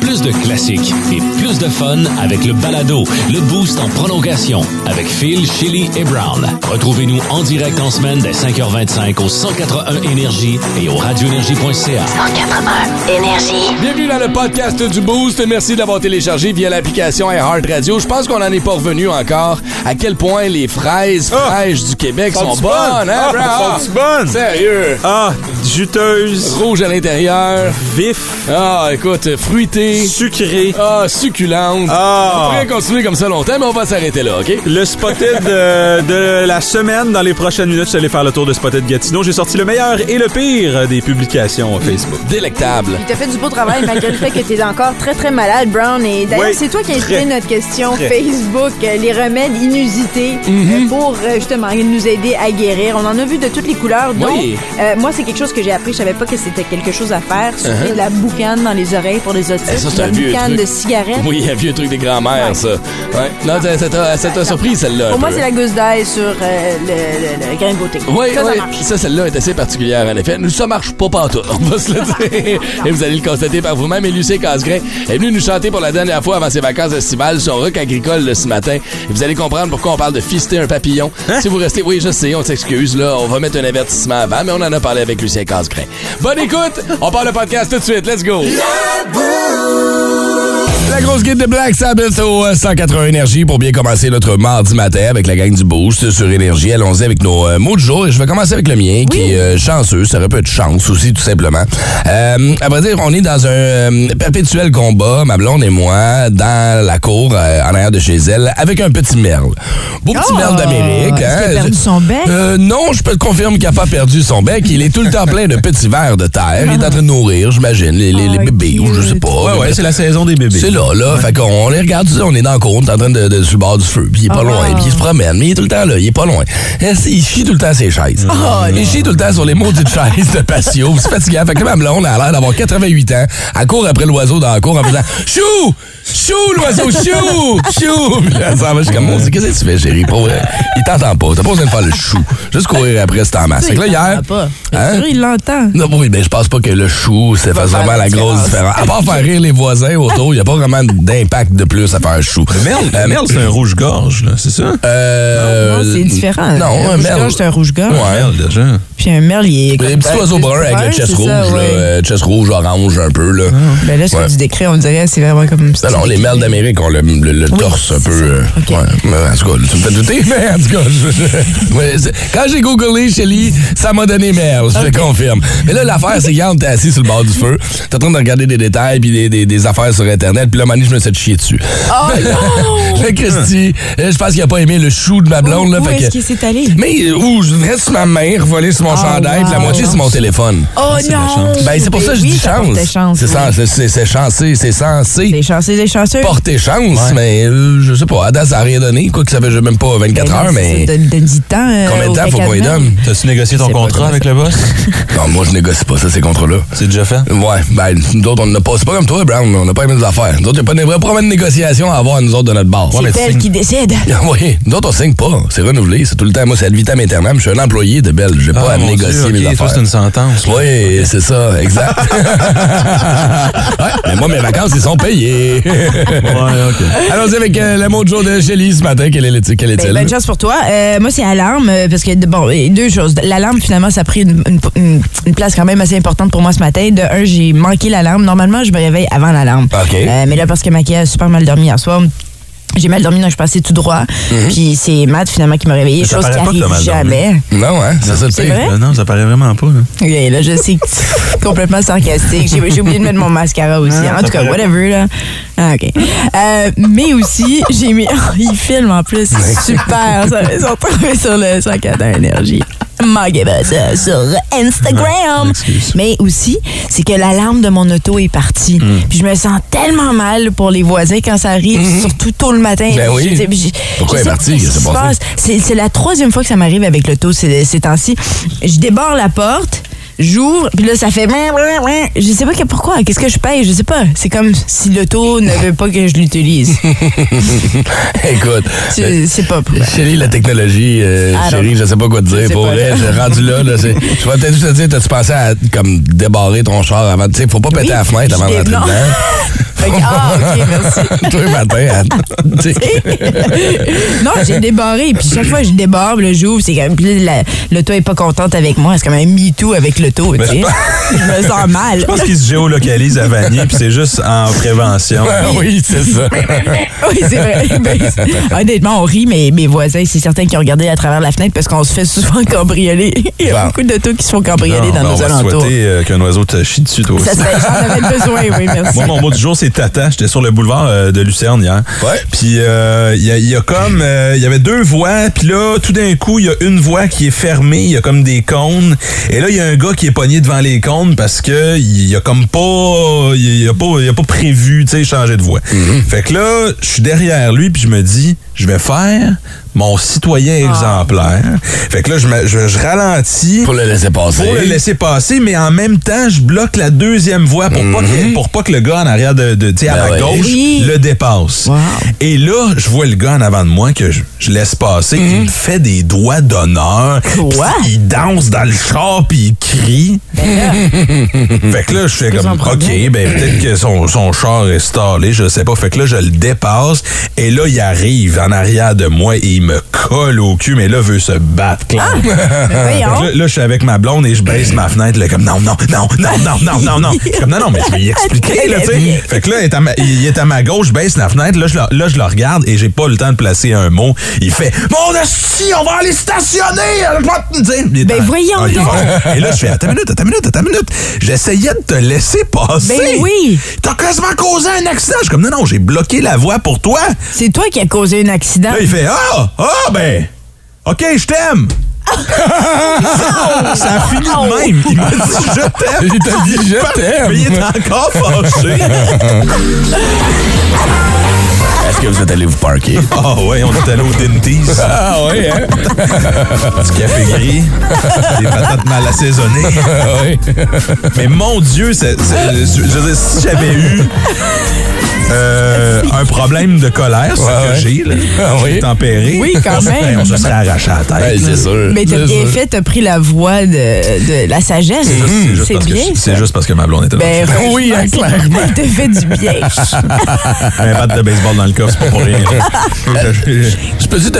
Plus de classiques et plus de fun avec le balado, le boost en prolongation avec Phil, Chili et Brown. Retrouvez-nous en direct en semaine dès 5h25 au 181 Énergie et au radioénergie.ca. 181 Énergie. Bienvenue dans le podcast du Boost. Merci de l'avoir téléchargé via l'application iHeart Radio. Je pense qu'on n'en est pas revenu encore à quel point les fraises Ah! fraîches du Québec sont, Sont-tu bonnes. bonnes? hein, Ah, Brown? sont-tu bonnes? Sérieux. Ah, juteuse, Rouge à l'intérieur. vif, Ah, écoute, fruité. sucré. Ah, succulente. Ah. On pourrait continuer comme ça longtemps, mais on va s'arrêter là, OK? Le spotted euh, de la semaine, dans les prochaines minutes, je suis allé faire le tour de Spotted Gatineau. J'ai sorti le meilleur et le pire des publications Facebook. Délectable. Il t'a fait du beau travail malgré le fait que t'es encore très très malade, Brown. Et d'ailleurs, Oui, c'est toi qui as très, inspiré notre question très. Facebook, euh, les remèdes inusités Mhm. euh, pour euh, justement nous aider à guérir. On en a vu de toutes les couleurs. Donc, Oui. euh, moi, c'est quelque chose que j'ai appris. Je savais pas que c'était quelque chose à faire. Souffler de la boucane dans les oreilles pour les autistes, Uh-huh. Eh, ça, c'est la un vieux boucane truc. de cigarette. Oui, un vieux truc des grands-mères, ça. Ouais. Non, ça ça t'a ça t'a surpris, celle-là. un Pour moi, peu. c'est la gousse d'ail sur euh, le, le, le grain de beauté. Oui, ça, oui. ça marche. Ça, celle-là est assez particulière, en effet. Nous, ça marche pas partout, on va se le dire. Et vous allez le constater par vous-même. Et Lucien Casgrain est venu nous chanter pour la dernière fois avant ses vacances estivales son rock agricole de ce matin. Et vous allez comprendre pourquoi on parle de fister un papillon. Hein? Si vous restez... Oui, je sais, on s'excuse, là. On va mettre un avertissement avant, mais on en a parlé avec Lucien Casgrain. Bonne écoute! On parle le podcast tout de suite. Let's go! La grosse guide de Black Sabbath au euh, 180 Énergie pour bien commencer notre mardi matin avec la gang du Boost sur Énergie. Allons-y avec nos euh, mots de jour et je vais commencer avec le mien qui est euh, chanceux. Ça aurait pu être chance aussi, tout simplement. Euh, à vrai dire, on est dans un euh, perpétuel combat, ma blonde et moi, dans la cour euh, en arrière de chez elle avec un petit merle. Beau petit Oh! merle d'Amérique. Est-ce qu'il a perdu son bec? Euh, non, je peux te confirmer qu'il n'a pas perdu son bec. Il est tout le temps plein de petits vers de terre. Il est en train de nourrir, j'imagine, les, les- les Oh, bébés ou je sais cute. pas. Ouais, ouais, c'est la saison des bébés. C'est là, là. Fait qu'on on les regarde, tu sais, on est dans le cours, on est en train de, de- sur le bord du feu, puis il est pas Oh. loin, puis il se promène, mais il est tout le temps là, il est pas loin. Et c'est- Il chie tout le temps ses chaises. Ah, il chie tout le temps sur les maudites chaises de patio, c'est fatigant. Fait que là, ma blonde, elle a l'air d'avoir 88 ans, elle court après l'oiseau dans la cour en faisant Chou! Chou, l'oiseau, chou! Chou! Puis là, elle s'en va, je suis comme, mon Dieu, qu'est-ce que tu fais, chérie? Pour vrai, il t'entend pas, t'as pas besoin de faire le chou. Juste courir après, c'est en masse. Fait que là, hier. Hein? Sûr, il l'entend. Non, oui, mais je pense pas que le chou, c'est Va vraiment faire la la grosse différence. différence. À part faire rire les voisins autour, il n'y a pas vraiment d'impact de plus à faire un chou. Merle, Euh, Merle, c'est un rouge-gorge, là, c'est ça? euh, Non, c'est différent. Non, un un merle. rouge-gorge, c'est un Ben, rouge-gorge. Ouais. Merle, déjà. Puis un merle, il est. Les petits oiseaux bruns avec le chest rouge, là, euh, chest rouge, orange un peu. Là. Ben là, ce Ouais. Ben que tu décris, on dirait, c'est vraiment comme. Non, non, les merles d'Amérique ont le, le- le torse un peu. euh, Ok. ouais. Mais en tout cas, tu me fais douter, mais en tout cas, je- ouais, c'est- quand j'ai googlé Shelly, ça m'a donné merle, je te confirme. Mais là, l'affaire, c'est quand t'es assis sur le bord du feu, t'es en train de regarder des détails puis des, des- des affaires sur Internet, puis là, à un moment donné, je me suis chié dessus. Ah, Oh non! Là, Christy, euh, je pense qu'il a pas aimé le chou de ma blonde, là. Oh, Où fait est-ce que- qu'il s'est allé? Mais euh, où je reste sur ma main, revolé sur mon chandail, puis la wow. moitié sur mon téléphone. Oh non! Ben, c'est pour ça que je oui, dis ça chance. portait chance, C'est oui. ça, c'est- c'est c'est chancé, c'est censé Les chanceux, les chanceux. porter chance, mais euh, je sais pas. À date, ça n'a rien donné. Quoi que ça fait je- même pas 24 heures, mais Ben, Donne, donne du temps. euh, combien de au temps faut qu'on y Pacadman. donne? T'as-tu négocié ton C'est pas contrat grave. avec le boss? Non, moi, je négocie pas ça, ces contrats-là. C'est déjà Hein? fait? Ouais, ben, nous autres, on n'a pas. C'est pas comme toi, Brown, on n'a pas les mêmes affaires. Nous autres, il n'y a pas de vrai problème de négociation à avoir, nous autres, de notre barre. C'est elle qui décide. Oui, nous autres, on signe pas. C'est renouvelé. C'est tout le temps. Moi, c'est ad vitam aeternam. Je suis un employé de Belle. J'ai pas à Ah, mon Dieu, négocier ok, mes toi, affaires. c'est une sentence. là. Oui, c'est ça, exact. ouais, mais moi, mes vacances, ils sont payées. Ouais, OK. Allons-y avec euh, le mot de jour de Shelly ce matin. Quel est-il? Quel Ben, est-il? bonne chance pour toi. Euh, moi, c'est alarme, euh, parce que, bon, et deux choses. L'alarme, finalement, ça a pris une, une- une- une place quand même assez importante pour moi ce matin. De un, j'ai manqué l'alarme. Normalement, je me réveille avant l'alarme. OK. Euh, mais là, parce que Maquia a super mal dormi hier soir, j'ai mal dormi, donc je suis passée tout droit. Puis c'est Matt, finalement, qui m'a Mhm. réveillée, Mais ça chose qui paraît pas que arrive t'as mal dormi. jamais. Non, hein? C'est ça le C'est pire. vrai? Ben non, ça paraît vraiment pas. Là. Oui, là, je sais que c'est complètement sarcastique. J'ai j'ai oublié de mettre mon mascara aussi. En tout cas, whatever, là. Ah, OK. Euh, mais aussi, j'ai mis... Oh, il filme, en plus. C'est Super. Ça, ils sont tombés sur le 141 Énergie. Manquez pas ça sur Instagram. Excuse. Mais aussi, c'est que l'alarme de mon auto est partie. Hmm. Puis je me sens tellement mal pour les voisins quand ça arrive, surtout tôt le matin. Hmm. Ben oui. Je- je- je- Pourquoi elle je est partie? sais pas ce Qu'est-ce qui qui s'est se passé? passe. C'est c'est la troisième fois que ça m'arrive avec l'auto ces, ces temps-ci. Je déborde la porte. J'ouvre, puis là, ça fait. brin, brin, brin. Je sais pas que- pourquoi. Qu'est-ce que je paye? Je sais pas. C'est comme si l'auto ne veut pas que je l'utilise. Écoute. C'est c'est pas pourquoi. Chérie, la technologie, euh, Ah, non. chérie, je sais pas quoi te Je dire. sais Pour pas. vrai, j'ai rendu là. là c'est- je vais peut-être juste te dire, t'as-tu pensé à comme débarrer ton char avant? Tu sais, faut pas péter la fenêtre avant je de dé- rentrer non. dedans. Fait que- ah, ok, merci. Tous les matins, à- tu sais, non, j'ai débarré. Puis chaque fois que je débarre, puis là, j'ouvre, c'est comme. Puis là, la- l'auto est pas contente avec moi. C'est comme un me too avec l'auto, tu sais. Je me sens mal. Je pense qu'ils se géolocalisent à Vanier, puis c'est juste en prévention. Ben Ah oui, c'est ça. Oui, c'est vrai. Ben, c'est- honnêtement, on rit, mais mes voisins, c'est certains qui ont regardé à travers la fenêtre parce qu'on se fait souvent cambrioler. Il y a Wow. beaucoup d'autos qui se font cambrioler Non, dans ben, on nos va alentours. souhaiter euh, qu'un oiseau te chie dessus, toi aussi. Ça serait, j'en avais besoin, oui, merci. Moi, mon mot du jour, c'est Tata. J'étais sur le boulevard euh, de Lucerne hier. Ouais. Puis, euh, il y, a- il y a comme. euh, Il y avait deux voies. Puis là, tout d'un coup, il y a une voie qui est fermée. Il y a comme des cônes. Et là, il y a un gars qui est pogné devant les cônes parce que il y a comme pas. Il y a pas, il y a pas prévu, tu sais, changer de voie. Fait que là, je suis derrière lui. Puis je me dis, je vais faire mon citoyen exemplaire. Fait que là, je, me- je, je ralentis Pour le laisser passer. pour le laisser passer, mais en même temps, je bloque la deuxième voie pour, pas, que, pour pas que le gars en arrière de, de tu sais, à Ben ma ouais. gauche Oui. le dépasse. Wow. Et là, je vois le gars en avant de moi que je, je laisse passer, qui me fait des doigts d'honneur. Mhm. Quoi? Puis Il danse dans le char, puis il crie. Ben, fait que là, je fais comme, OK, ben peut-être que son, son char est stallé, je sais pas. Fait que là, je le dépasse. Et là, il arrive en arrière de moi et il me colle au cul, mais là, veut se battre, clairement. Ah, Fait Ah, Mais que voyons. Là, là, je suis avec ma blonde et je baisse ma fenêtre, là, comme non, non, non, non, non, non, non, non. Je suis comme non, non, mais je vais y expliquer, là, tu sais. Fait que là, il est à ma, il est à ma gauche, je baisse la fenêtre, là, je le, là, je le regarde et j'ai pas le temps de placer un mot. Il fait Mon esti, on va aller stationner! elle va te dire. Il est Ben, en- voyons Ah, il est donc. fort. Et là, je fais Attends une minute, attends une minute, attends une minute. J'essayais de te laisser passer. Ben oui. T'as quasiment causé un accident. Je suis comme non, non, j'ai bloqué la voie pour toi. C'est toi qui as causé un accident. Là, il fait Ah! Ah, ben! OK, je t'aime! ça a fini de même. Il m'a dit Je t'aime! Il t'a dit, je Mais il est t'aime. encore fâché! Est-ce que vous êtes allé vous parquer? Ah ouais, on est allé au Dentis. Ah oui, hein? Du café gris, des patates mal assaisonnées. Ah oui. Mais mon Dieu, c'est- c'est- je veux dire, si j'avais eu euh, un problème de colère, ce Ouais, que ouais. j'ai, là, Ah j'ai oui. tempéré. ben, Oui, quand même. On se serait arraché à la tête. Ben, là. c'est sûr. Mais t'as C'est bien sûr. fait, t'as pris la voie de, de la sagesse. C'est juste C'est parce que- bien. C'est juste parce que ma blonde était là. Ben, Oui, hein, clairement. Elle te fait du bien. Un bat de baseball dans le coffre, c'est pas pour rien. Je peux-tu te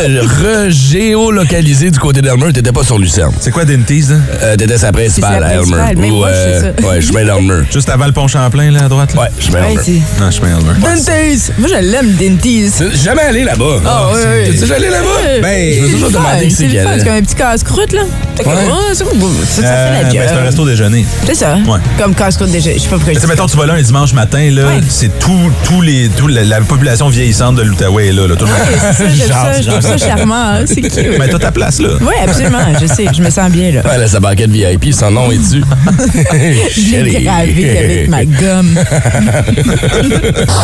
re-géolocaliser du côté d'Elmer? T'étais pas sur Lucerne. c'est quoi Dentis, là? Euh, T'étais sa principale C'est sa à Elmer. principale, mais Ou, moi, je sais euh, ça. ouais, je mets l'Elmer. Juste avant le pont Champlain, là, à droite? Là? Ouais, je mets Ouais, l'Elmer. c'est- Non, chemin Elmer. Denteuse. Moi, je l'aime, Denteuse. T'es Jamais allé là-bas. Ah, oui, oui. T'es déjà allé là-bas? Ben, je me suis toujours C'est le demandé fun, qui C'est c'est qui le fun, c'est allait. comme un petit casse-croûte, là. T'es comme, Ouais. oh, c'est bon, ça, ça fait la Euh, ben, c'est un job. resto déjeuner. C'est ça. Ouais. Comme casse-croûte déjà. Je sais pas pourquoi je Tu sais, dis mettons, tu vas là un dimanche matin, là, Ouais. c'est tout, tout les, tout la, la population vieillissante de l'Outaouais est là, là, tout le monde. ça. J'aime ça, Genre, je trouve ça charmant. hein. C'est cute. Ben, t'as ta place, là. Oui, absolument, je sais, je me sens bien là. Ouais, là, sa banquette VIP, son nom est dessus. Je l'ai gravé avec ma gomme.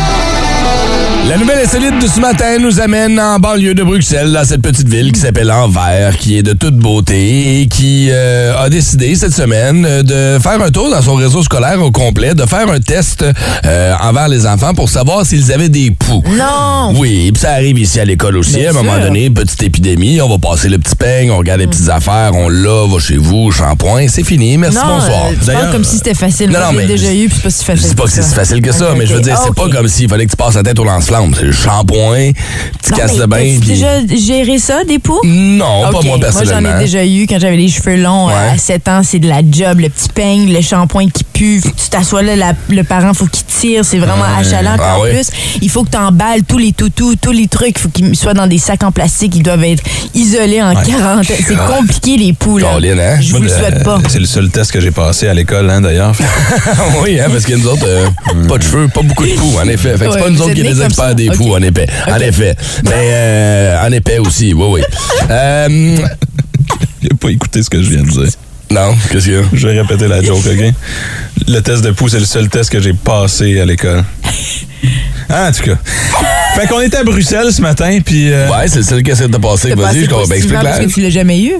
La nouvelle insolite de ce matin nous amène en banlieue de Bruxelles, dans cette petite ville qui s'appelle Anvers, qui est de toute beauté et qui euh, a décidé cette semaine euh, de faire un tour dans son réseau scolaire au complet, de faire un test euh, envers les enfants pour savoir s'ils avaient des poux. Non! Oui, puis ça arrive ici à l'école aussi. Bien à un moment sûr. Mm. donné, petite épidémie, on va passer le petit peigne, on regarde les petites affaires, on l'a, va chez vous, shampoing, c'est fini, merci, non, bonsoir. euh, tu parles D'ailleurs, comme si c'était facile. non, non, Moi, je l'ai mais déjà eu, puis c'est pas si Je facile. dis pas que c'est si facile que ça, Ok, Ah, mais je veux dire, ok. c'est pas comme s'il fallait que tu passes la tête au lance-flamme. C'est shampoing, petit Non, mais casse-le-bain. t'as-tu puis- déjà géré ça, des poux? Non, Ok, pas moi personnellement. Moi, j'en ai déjà eu quand j'avais les cheveux longs euh, Ouais. à 7 ans. C'est de la job. Le petit peigne, le shampoing qui pue. faut que tu t'assois là, la- le parent, faut qu'il tire. C'est vraiment achalant. Puis Ah en ouais. plus, il faut que tu emballes tous les toutous, tous les trucs. Il faut qu'ils soient dans des sacs en plastique. Ils doivent être isolés en 40. C'est compliqué, les poules. Caroline, hein? Je vous le Moi, souhaite pas. Euh, C'est le seul test que j'ai passé à l'école, hein, d'ailleurs. oui, hein, parce que nous autres, euh, pas de cheveux, pas beaucoup de poux, en effet. Fait que c'est Ouais, pas nous vous autres êtes qui nés les comme experts ça. des Ok. poux, en effet. En effet. Mais euh, en épais aussi, oui, oui. Euh, J'ai pas écouté ce que je viens de dire. non, qu'est-ce qu'il y a? Je vais répéter la joke, OK? Le test de pouce, c'est le seul test que j'ai passé à l'école. Ah, en tout cas. fait qu'on était à Bruxelles ce matin, puis... euh, Ouais, c'est celle qu'est-ce que t'as passé. T'as Vas-y, passé je t'en ben, positivement explique parce la. que tu l'as jamais eu.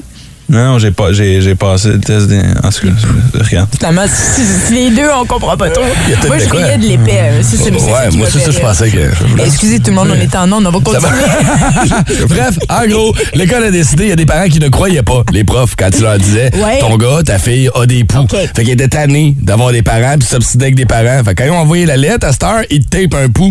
Non, non, j'ai pas, j'ai, j'ai passé le test des... En tout cas, je- je regarde. Finalement, si, si- si les deux, on comprend pas trop. Il y a peut-être Moi, de je quoi. riais de l'épée. euh, c'est- c'est- Ouais, qui moi, m'a c'est ça, fait je rire. pensez que. Excusez tout le monde, on est en onde, on Ça va va. continuer. Bref, en gros, l'école a décidé, il y a des parents qui ne croyaient pas, les profs, quand tu leur disais, Ouais. ton gars, ta fille a des poux. Fait qu'ils étaient tannés d'avoir des parents puis s'obstinaient avec des parents. Fait que quand ils ont envoyé la lettre à Star, ils te tapent un pou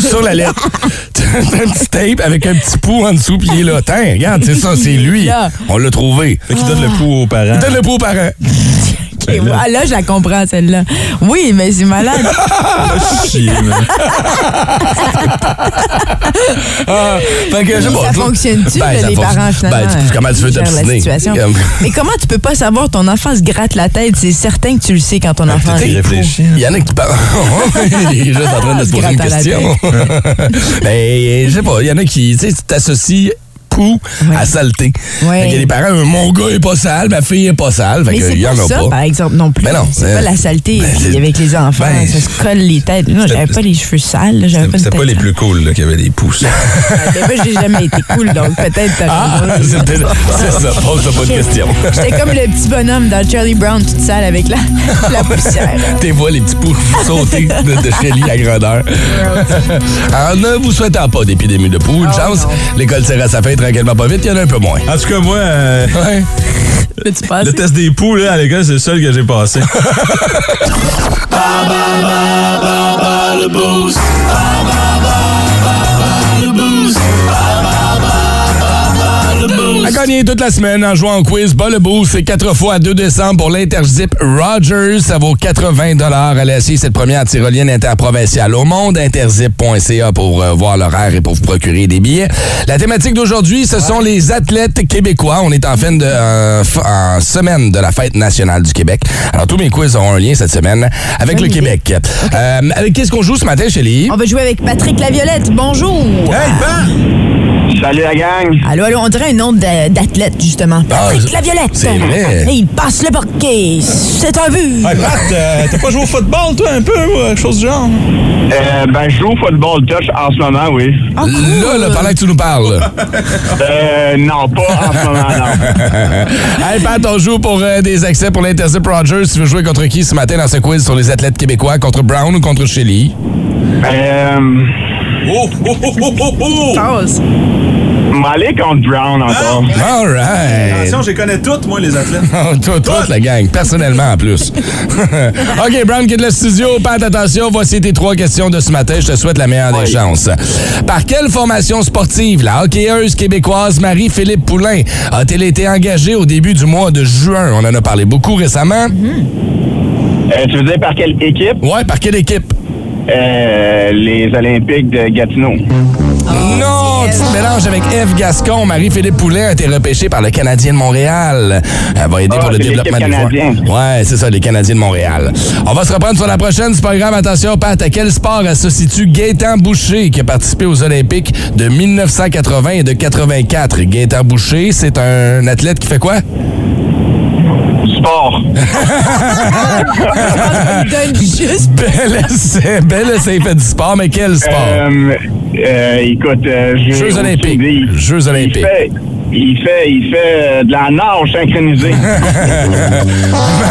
sur la lettre. T'as un petit tape avec un petit pou en dessous, puis il est là. Tiens, regarde, c'est ça, c'est lui. Là. On l'a trouvé. Fait qu'il Ah. donne le coup aux parents. Donne le pou aux parents. Ok, ah, là, je la comprends, celle-là. Oui, mais c'est malade. Chier, man. Ah, fait que, je sais Mais pas, ça je- fonctionne-tu, Ben, là, ça les fonctionne. parents, finalement? Ben, tu- comment tu veux euh, gèrent la t'obstiner? situation? Comme- Mais comment tu peux pas savoir ton enfant se gratte la tête? C'est certain que tu le sais quand ton enfant... t'es- Il réfléchis. hein. y en a qui parlent. Il est juste en train de se Tu poser une grattes à la question. ben, je sais pas, il y en a qui, tu sais, tu t'associes pou à saleté. Ouais. Fait qu'il y a des parents, euh, mon gars est pas sale, ma fille est pas sale. Fait Mais qu'il c'est y pas en a ça, pas. par exemple, non plus. Ben non, c'est ben- pas la saleté ben, c'est- avec les enfants. ben, ça se colle les têtes. Non, j'avais pas les cheveux sales. là, J'avais pas une C'était tête pas les plus cools, là, qui avaient des pouces. sale. Mais Moi, j'ai jamais été cool, donc peut-être t'as Ah, raison. c'est peut-être- c'est ça, pose-toi pas de questions. J'étais comme le petit bonhomme dans Charlie Brown, toute sale avec la, la poussière. Tes voix, les petits poux sauter de, de Shelly à grandeur. en ne vous souhaitant pas d'épidémie de poux, Oh une chance, l'école tire à sa fin tranquillement pas vite, il y en a un peu moins. En tout cas, moi, euh, Ouais. T'as-tu le passé? test des poux, là, à l'école, c'est le seul que j'ai passé. À gagner toute la semaine en jouant au quiz Bas le boost, c'est 4 fois à 2 décembre pour l'Interzip Rogers. Ça vaut 80 à l'essayer cette première tyrolienne interprovinciale au monde. Interzip.ca pour euh, voir l'horaire et pour vous procurer des billets. La thématique d'aujourd'hui, ce sont les athlètes québécois. On est en fin de euh, f- en semaine de la fête nationale du Québec. Alors, tous mes quiz auront un lien cette semaine avec le Québec. Euh, avec qu'est-ce qu'on joue ce matin, Chélie? On va jouer avec Patrick Laviolette. Bonjour! hey, Ben! Salut la gang! Allô, allô, on dirait un nom d'a- d'athlète, justement. Patrick Ah, Laviolette! c'est vrai. Et il passe le parquet. C'est un but! Hey, Pat, euh, t'as pas joué au football, toi, un peu, ou quelque chose du genre? Euh, ben, je joue au football touch en ce moment, oui. Ah, cool. Là, là, pendant que tu nous parles. Euh, non, pas en ce moment, non. hey Pat, on joue pour euh, des accès pour l'Intercept Rogers. Tu veux jouer contre qui ce matin dans ce quiz sur les athlètes québécois? Contre Brown ou contre Shelley? Euh, Oh, oh, oh, oh, oh, oh! Passe. m'aller contre Brown encore. All right. Attention, je les connais toutes, moi, les athlètes. Toute, toute la gang, personnellement en plus. OK, Brown qui est de le studio. Pat, attention, voici tes trois questions de ce matin. Je te souhaite la meilleure des chances. Par quelle formation sportive la hockeyeuse québécoise Marie-Philippe Poulain a-t-elle été engagée au début du mois de juin? On en a parlé beaucoup récemment. Euh, tu veux dire par quelle équipe? Ouais, par quelle équipe? Euh, les Olympiques de Gatineau. Non, tu te mélanges avec Eve Gascon. Marie-Philippe Poulet a été repêchée par le Canadien de Montréal. Elle va aider Ah, pour le c'est l'équipe développement des joueurs. canadienne. Ouais, c'est ça, les Canadiens de Montréal. On va se reprendre sur la prochaine. C'est pas grave, attention, Pat. À quel sport se situe Gaétan Boucher qui a participé aux Olympiques de 1980 et de 84? Gaétan Boucher, c'est un athlète qui fait quoi? Sport. Donne juste. Bel essai, bel essai, il fait du sport, mais quel sport? Euh, euh, écoute, euh, j'ai Jeux aucune olympiques. idée. Jeux olympiques. Il fait, il fait, il fait euh, de la nage synchronisée.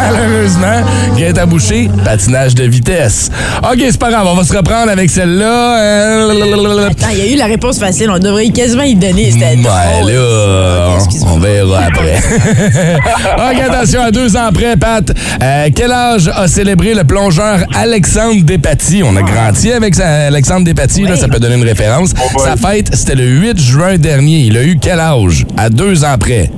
Malheureusement, Gaëtan Boucher, patinage de vitesse. OK, c'est pas grave, on va se reprendre avec celle-là. Euh, Attends, il y a eu la réponse facile. On devrait quasiment y donner. C'était Ouais, drôle. là, excuse-moi. on verra après. OK, attention, à deux ans près, Pat. Euh, quel âge a célébré le plongeur Alexandre Despatie? On a grandi avec sa- Alexandre Despatie, là, ça peut donner une référence. boy. Sa fête, c'était le 8 juin dernier. Il a eu quel âge? À deux ans près.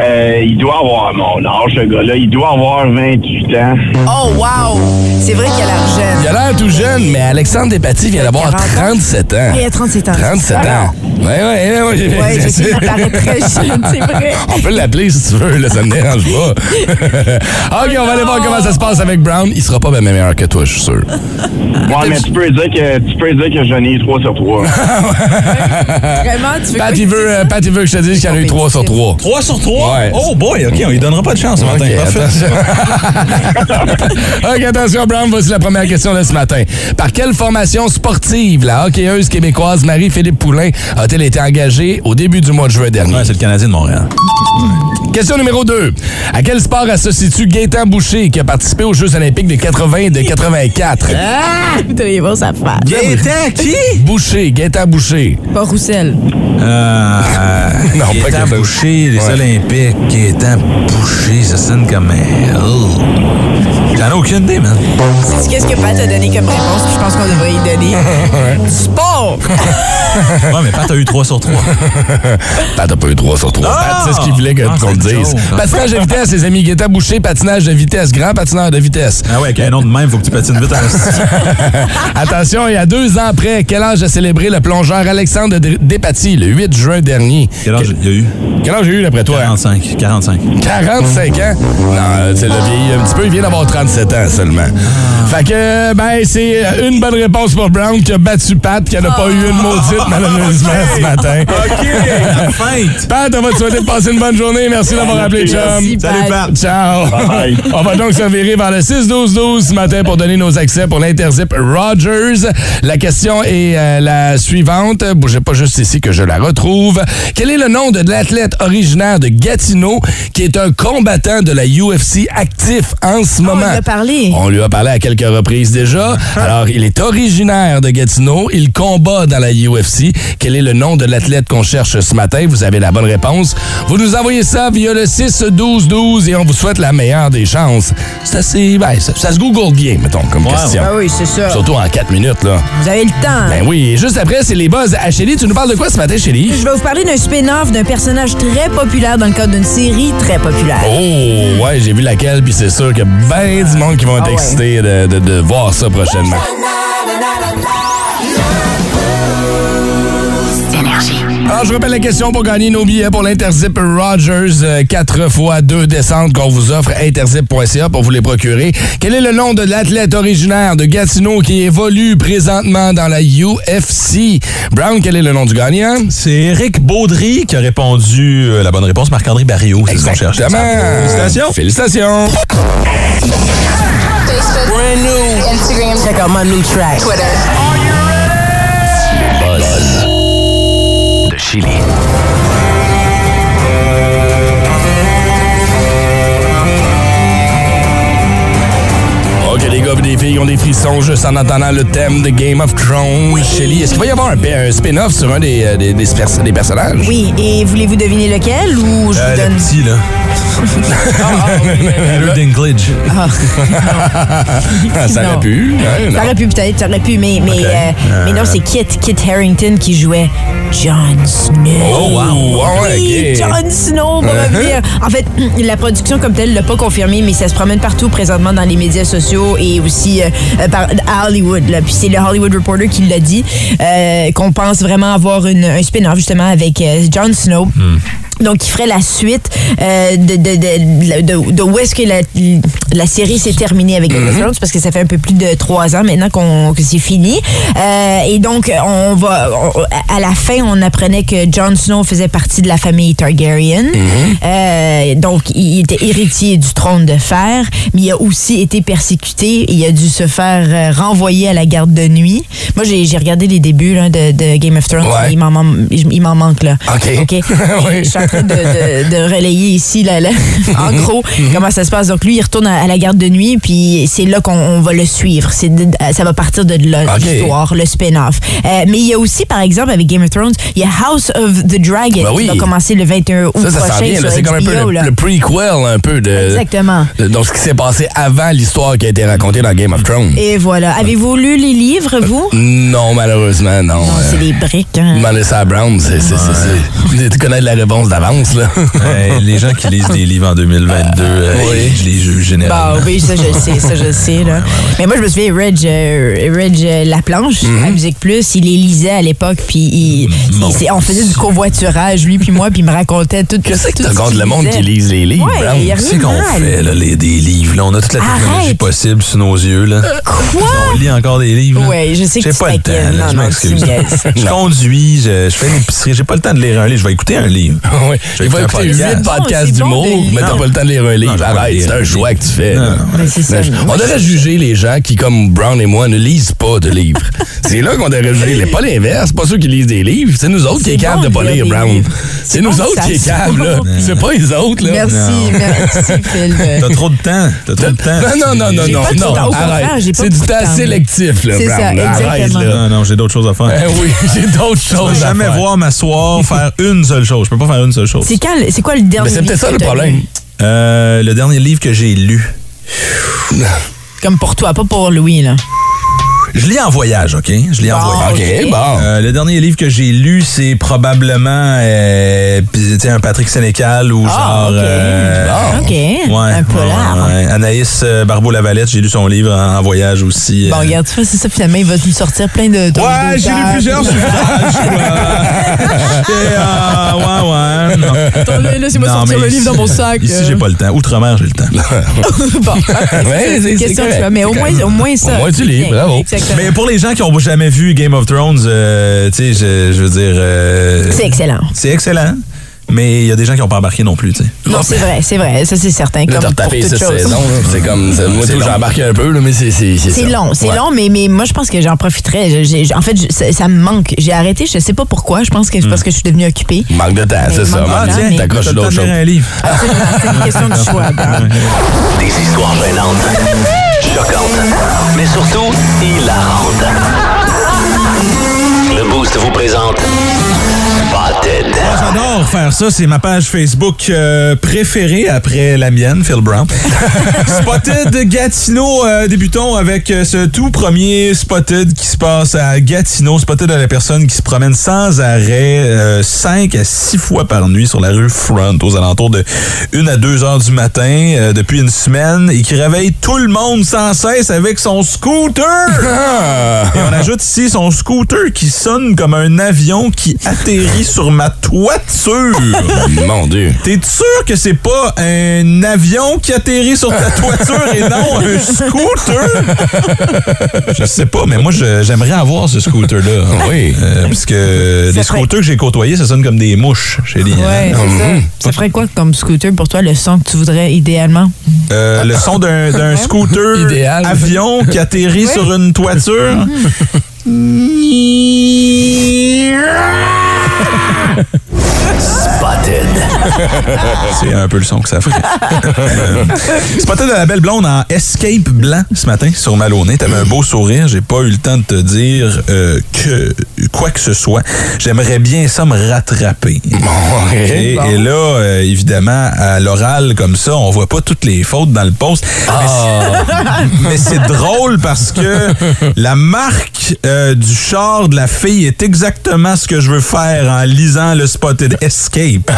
Euh, il doit avoir mon âge, ce gars-là. Il doit avoir 28 ans. Oh, wow! C'est vrai qu'elle a l'air jeune. Il a l'air tout jeune, mais Alexandre Despatie vient d'avoir 40 ans. 37 ans. Il a 37 ans. 37 ans. Ouais, ouais, ouais, ouais, j'ai- Ouais, j'ai c'est- fait paraît très jeune, c'est vrai. On peut l'appeler si tu veux, là, ça me dérange pas. OK, on va aller voir comment ça se passe avec Brown. Il sera pas bien meilleur que toi, je suis sûr. Ah, Ouais, mais tu peux dire que tu peux dire que je n'ai 3 sur 3. Vraiment, tu veux Pat, quoi il que veut, je euh, dise? Pat, il veut que je te dise qu'il y en a eu 3 sur 3. 3 sur 3? Ouais. Oh boy, OK, on lui donnera pas de chance ce matin. Ok, Parfait. attention. OK, attention, Brown, voici la première question de ce matin. Par quelle formation sportive la hockeyeuse québécoise Marie-Philippe Poulain a-t-elle été engagée au début du mois de juin dernier? Ouais, c'est le Canadien de Montréal. Question numéro 2. À quel sport se situe Gaétan Boucher qui a participé aux Jeux olympiques de 80 et de 84? Hein? Ah, vous devriez voir sa face. Gaétan, qui? Boucher, Gaétan Boucher. Pas Roussel. non, Non, pas Gaétan Gaétan. Boucher, les Ouais. Olympiques, Gaétan Boucher, ça sonne comme un... oh. J'en ai aucune idée, man. C'est qu'est-ce que Pat a donné comme réponse, puis je pense qu'on devrait y donner. Du Sport! Ouais, mais Pat a eu 3 sur 3. Pat a pas eu 3 sur 3. Ah! Pat, c'est ce qu'il voulait que- Ah, qu'on c'est le une dise. joke. Patinage de vitesse, les amis. Gaétan Boucher, patinage de vitesse. Grand patineur de vitesse. Ah ouais, avec un nom de même, faut que tu patines vite à la Attention, il y a deux ans après, quel âge a célébré le plongeur Alexandre Dr- Despatie le 8 juin dernier? Quel âge il y a eu? Quel âge j'ai eu d'après toi? hein? 45. 45. 45 ans? Non, euh, c'est le vieil un petit peu, il vient d'avoir 37 ans seulement. Fait que, ben, c'est une bonne réponse pour Brown qui a battu Pat, qui n'a pas eu une maudite malheureusement ce matin. OK! Fête! Pat, on va te souhaiter de passer une bonne journée. Merci d'avoir appelé, chum. Merci, Pat. Salut, Pat! Ciao! Bye. On va donc se virer vers le 6-12-12 ce matin pour donner nos accès pour l'Interzip Rogers. La question est euh, la suivante. Bougez pas juste ici que je la retrouve. Quel est le nom de l'athlète originaire de Gatineau qui est un combattant de la UFC actif en ce moment? lui Oh, a parlé. On lui a parlé à quelques reprises déjà. Ah. Alors, il est originaire de Gatineau. Il combat dans la UFC. Quel est le nom de l'athlète qu'on cherche ce matin? Vous avez la bonne réponse. Vous nous envoyez ça via le 6-12-12 et on vous souhaite la meilleure des chances. C'est assez... ben, ça, ça se google bien, mettons, comme question. Ah oui, c'est ça. Surtout en 4 minutes, là. Vous avez le temps. Ben oui, et juste après, c'est les buzz. Ah, Chélie, tu nous parles de quoi ce matin, Chélie? Je vais vous parler d'un spin-off d'un personnage très populaire dans le cadre d'une série très populaire. Oh, ouais, j'ai vu laquelle, puis c'est sûr qu'il y a ben du monde qui vont être Ah ouais. excités de, de- de voir ça prochainement. énergie. Alors, Ah, je rappelle la question pour gagner nos billets pour l'Interzip Rogers. euh, Quatre fois deux descentes qu'on vous offre, interzip.ca, pour vous les procurer. Quel est le nom de l'athlète originaire de Gatineau qui évolue présentement dans la UFC? Brown, quel est le nom du gagnant? C'est Eric Baudry qui a répondu euh, la bonne réponse. Marc-André Barrio, c'est ce qu'on cherche. Exactement. Félicitations. Félicitations. Oh. Check out my new track. de Chili. OK, Oh, les gars et les filles ont des frissons juste en entendant le thème de Game of Thrones. Shelly, est-ce qu'il va y avoir un, pe- un spin-off sur un des, euh, des, des pers- des personnages? Oui, et voulez-vous deviner lequel ou je Euh, vous le donne... Ah, petit, là. Peter Dinklage. ça aurait Non. pu. hein, non. Ça aurait pu peut-être, ça aurait pu, mais, mais, euh, mais non, c'est Kit, Kit Harrington qui jouait Jon Snow. Oh, wow. Ah ouais, Oui, ok. Jon Snow va revenir. En fait, la production comme telle ne l'a pas confirmé, mais ça se promène partout présentement dans les médias sociaux et aussi euh, euh, par, à Hollywood. là. Puis c'est le Hollywood Reporter qui l'a dit, euh, qu'on pense vraiment avoir une, un spin-off justement avec euh, Jon Snow. Donc, qui ferait la suite euh, de, de, de, de, de où est-ce que la, la série s'est terminée avec Game of Thrones, parce que ça fait un peu plus de trois ans maintenant qu'on que c'est fini. Euh, et donc, on va on- à la fin, on apprenait que Jon Snow faisait partie de la famille Targaryen. Mm-hmm. Euh, donc, il était héritier du trône de fer, mais il a aussi été persécuté. Il a dû se faire euh, renvoyer à la garde de nuit. Moi, j'ai j'ai regardé les débuts là, de, de Game of Thrones. Ouais. Il m'en man- il m'en manque, là. OK. Oui. Je suis en train de, de- de relayer ici, là, là, en gros, Mhm. comment ça se passe. Donc, lui, il retourne à, à la garde de nuit, puis c'est là qu'on on va le suivre. C'est de- ça va partir de là, OK. l'histoire, le spin-off. Euh, mais il y a aussi, par exemple, avec Game of Thrones, il y a House of the Dragon Ben oui. qui va commencer le 21 août Ça, ça prochain sent bien. là. sur C'est comme un peu HBO, le, là. le prequel, un peu de. Exactement. de- donc, ce qui s'est passé avant l'histoire qui a été racontée dans Game of Thrones. Et Euh, voilà. Avez-vous lu les livres, vous? Non, malheureusement, non. Non, Euh, c'est des briques. hein. Demander ça à Brown, c'est. c'est- c'est- c'est- Tu connais la réponse d'avance, là. Hey, les gens qui lisent des livres en 2022, euh, je les juge Euh, généralement. Bah oui, ça je le sais, ça je le sais. Là. Mais moi, je me souviens, Reg, euh, Reg euh, Laplanche, Mm-hmm. à Musique Plus, il les lisait à l'époque, puis il, Mon il- c'est- on faisait du covoiturage, lui puis moi, puis il me racontait tout, tout, Qu'est-ce que tout t'as ce contre qu'il le monde lisait. qui lise les livres, Ouais, Brown? il y a rien C'est de qu'on mal. fait, là, les, des livres. Là. On a toute la technologie Arrête. possible sous nos yeux. Là. Quoi? On lit encore des livres. là. Ouais, je sais que J'ai tu pas le temps. taquines. là, Non, je non, m'excuse. tu niaises. Je conduis, je, je fais l'épicerie. J'ai pas le temps de lire un livre. Je vais écouter un livre. Oui. Je Il va vais écouter écouter un huit podcast. podcasts C'est bon, d'humour, c'est bon de mais t'as lire. pas le temps de lire un livre. Non, j'ai pas le Arrête, temps c'est de un lire. choix que tu fais. Non, là. non, Ben, c'est ça. Mais je- on Moi, devrait juger les gens qui, comme Brown et moi, ne lisent pas de livres. c'est là qu'on devrait juger. les- Pas l'inverse, pas ceux qui lisent des livres. C'est nous autres qui C'est est bon capable de de pas lire lire, des Brown. livres. C'est bon nous que autres ça qui est se capable, là. C'est pas les autres, là. Merci, Non. merci, Phil. de- T'as trop de temps. T'as trop de temps. Non, non, non, J'ai non, pas de non, temps. Au non, contraire, arrête. j'ai pas C'est du beaucoup de temps temps. sélectif, là, C'est ça, Brown. là. Arrête, exactement. là. Non, non, j'ai d'autres choses à faire. Ben oui, j'ai d'autres Je choses peux à jamais faire. voir m'asseoir faire une seule chose. Je peux pas faire une seule chose. C'est quand le- c'est quoi le dernier Mais c'est peut-être livre ça que le t'as problème. lu? Euh, le dernier livre que j'ai lu. Comme pour toi, pas pour Louis là. Je lis en voyage, OK? Je lis en Bon. voyage. OK, bon. Euh, le dernier livre que j'ai lu, c'est probablement euh, pis, tu sais, un Patrick Sénécal ou genre. Ah, ok. euh, Ah, ok. Un polar. ouais, ouais. Anaïs euh, Barbeau-Lavalette, j'ai lu son livre en, en voyage aussi. Bon, euh. regarde, tu vois, c'est ça, finalement, il va nous sortir plein de. de- Ouais, j'ai lu d'auteurs. plusieurs suffrages, quoi. J'étais, euh, ouais, ouais. Non. Attends, laissez-moi Non, sortir mais le ici- livre dans mon sac. euh. Ici, j'ai pas le temps. Outre-mer, j'ai le temps. bon, Ouais, c'est- c'est question correct. tu vois, mais au C'est moins, correct. au moins ça. Au moins, tu lis, Bien, bravo. exactement. Mais pour les gens qui n'ont jamais vu Game of Thrones, euh, tu sais, je, je veux dire. euh, C'est excellent. c'est excellent, mais il y a des gens qui n'ont pas embarqué non plus, tu sais. Non, c'est vrai, c'est vrai, ça c'est certain. Là, Comme t'as pour retapé toute cette chose. saison. là. C'est comme. c'est- Moi, C'est tout, long. j'embarque un peu, là, mais c'est. C'est long, c'est Ouais. long, mais, mais moi je pense que j'en profiterais. Je- j'ai- en fait, je- ça, ça me manque. J'ai arrêté, je sais pas pourquoi. Je pense que c'est Hmm. parce que je suis devenue occupée. Manque de temps, Mais c'est ça. manque de Manque de temps, temps, Ah, mais- Ah, T'as T'accroches le temps l'autre de chose. lire un livre. Absolument, c'est une question de choix. Ben. Des histoires gênantes, choquantes, mais surtout hilarantes. Le Boost vous présente Spotted. Ah, J'adore faire ça, c'est ma page Facebook euh, préférée après la mienne, Phil Brown. Spotted Gatineau, euh, débutons avec euh, ce tout premier Spotted qui se passe à Gatineau. Spotted à la personne qui se promène sans arrêt 5 à 6 fois par nuit sur la rue Front aux alentours de 1 à 2 heures du matin euh, depuis une semaine et qui réveille tout le monde sans cesse avec son scooter. Ah! Et on ajoute ici son scooter qui sonne comme un avion qui atterrit sur ma toiture. Mon Dieu. T'es sûr que c'est pas un avion qui atterrit sur ta toiture et non un scooter? Je sais pas, mais moi, je- j'aimerais avoir ce scooter-là. Oui. Euh, parce que les ferait- scooters que j'ai côtoyés, ça sonne comme des mouches chez les. hein. Ouais, c'est ça. Mhm. Ça ferait quoi comme scooter pour toi, le son que tu voudrais idéalement? Euh, le son d'un d'un scooter Idéal. avion qui atterrit sur une toiture. Spotted. C'est un peu le son que ça ferait. Euh, Spotted à la belle blonde en escape blanc ce matin sur Maloney. T'avais un beau sourire. J'ai pas eu le temps de te dire euh, que quoi que ce soit. J'aimerais bien ça me rattraper. Et, et là, euh, évidemment, à l'oral comme ça, on voit pas toutes les fautes dans le post. Mais c'est- Mais c'est drôle parce que la marque euh, du char de la fille est exactement ce que je veux faire en lisant le Spotted Escape.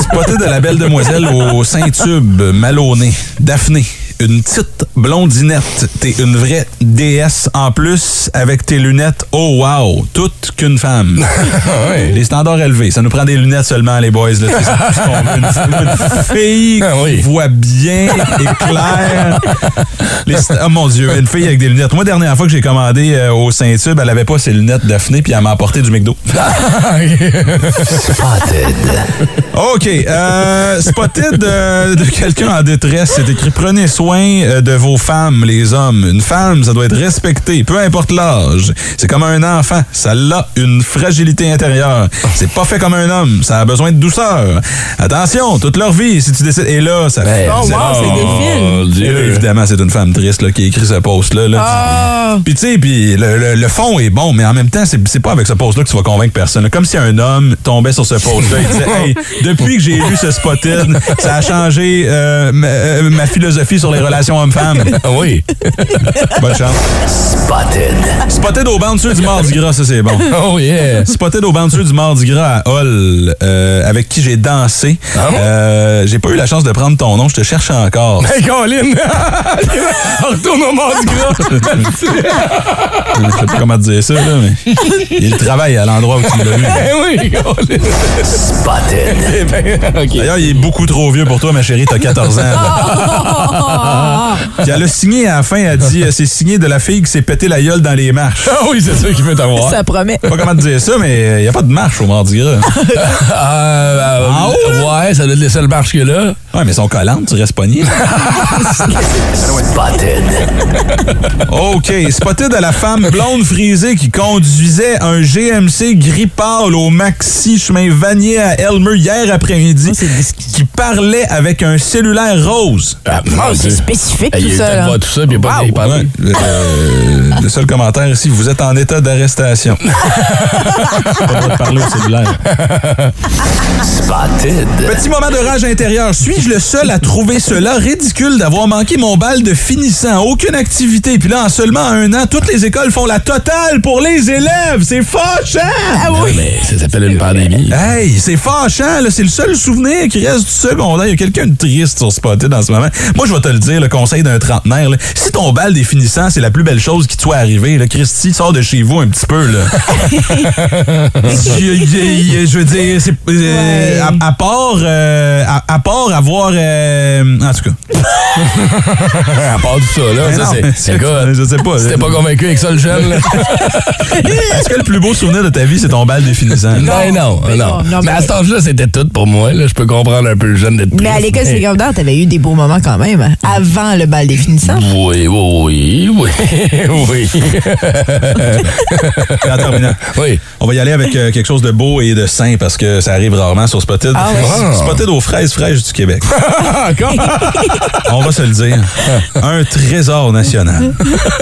Spotted de la belle demoiselle au Saint-Tube, Maloney, Daphné. Une petite blondinette. T'es une vraie déesse en plus avec tes lunettes. Oh wow, toute qu'une femme. Les standards élevés. Ça nous prend des lunettes seulement, les boys. là. C'est ça, c'est qu'on veut. Une, une fille Ah oui. qui voit bien et claire. Les sta- oh mon Dieu, une fille avec des lunettes. Moi, dernière fois que j'ai commandé euh, au Saint-Tube, elle avait pas ses lunettes Daphné puis elle m'a apporté du McDo. OK. Euh, spotted euh, de quelqu'un en détresse, c'est écrit Prenez soin euh, de vos femmes, les hommes. Une femme, ça doit être respecté, peu importe l'âge. C'est comme un enfant, ça l'a une fragilité intérieure. C'est pas fait comme un homme, ça a besoin de douceur. Attention, toute leur vie, si tu décides. Et là, ça fait. Ben, Oh, wow, c'est des films. Mon Et là, Dieu. évidemment, c'est une femme triste là, qui écrit ce post-là. Là. Ah! Puis tu sais, puis le, le- le fond est bon, mais en même temps, c'est c'est pas avec ce post-là que tu vas convaincre personne. Comme si un homme tombait sur ce post-là et disait Hey, depuis que j'ai lu ce spotted, ça a changé euh, ma, euh, ma philosophie sur les les relations hommes-femmes. Ah oui. Bonne chance. Spotted. Spotted au bouncer du Mardi Gras, ça c'est bon. Oh yeah. Spotted au bouncer du Mardi Gras à Hall, euh, avec qui j'ai dansé. Ah Euh, j'ai pas eu la chance de prendre ton nom, je te cherche encore. Hey, Colin! On retourne au Mardi Gras. Je sais pas comment te dire ça, là, mais il travaille à l'endroit où tu l'as eu. Eh oui, Colin. Spotted. Eh ben, OK. D'ailleurs, il est beaucoup trop vieux pour toi, ma chérie, t'as 14 ans. là. Puis elle a signé à la fin, elle a dit euh, c'est signé de la fille qui s'est pété la gueule dans les marches. Ah oui, c'est ça qu'il veut t'avoir. Ça promet. Je sais pas comment te dire ça, mais il n'y a pas de marche au Mardi Gras. Euh, euh, En haut, ouais, ça doit être les seules marches qu'il y a là. Ouais, mais ils sont collantes, tu restes pogné. Spotted. OK, spotted à la femme blonde frisée qui conduisait un GMC gris pâle au Maxi chemin Vanier à Elmer hier après-midi qui parlait avec un cellulaire rose. Ah, mon Oh, c'est Dieu. spécifique Eh, tout il ça. était là. pas tout ça, puis il a pas Wow. il parlait. Ouais, euh, le seul commentaire ici, vous êtes en état d'arrestation. Pas le droit de parler au cellulaire. Spotted. Petit moment de rage intérieure. Suis-je le seul à trouver cela ridicule d'avoir manqué mon bal de finissant? Aucune activité. Puis là, en seulement un an, toutes les écoles font la totale pour les élèves. C'est fâchant! Ouais, mais ça s'appelle une pandémie. Hey, c'est fâchant, là. C'est le seul souvenir qui reste du secondaire. Il y a quelqu'un de triste sur Spotted en ce moment. Moi, je vais te le dire, le conseil d'un trentenaire, là. Si ton bal des finissants, c'est la plus belle chose qui te soit arrivée, là, Christy, sors de chez vous un petit peu, là. je, je- je- je veux dire, c'est, euh, à, à part, euh, à, à part avoir, euh, en tout cas. À part tout ça, là, Mais ça, non, mais c'est. c'est- le gars, je sais pas. C'était pas convaincu avec ça, le jeune, là. Est-ce que le plus beau souvenir de ta vie, c'est ton bal des finissants? Non, non, non. non, non, mais à mais- cet âge-là, c'était tout pour moi. Là. Je peux comprendre un peu le jeune d'être Mais à l'école c'est secondaire, t'avais eu des beaux moments quand même, hein, avant le bal définissant. Oui, oui, oui, oui, En terminant. oui. On va y aller avec euh, quelque chose de beau et de sain parce que ça arrive rarement sur Spotted. Ah ouais. Ah. Spotted aux fraises fraîches du Québec. On va se le dire. Un trésor national.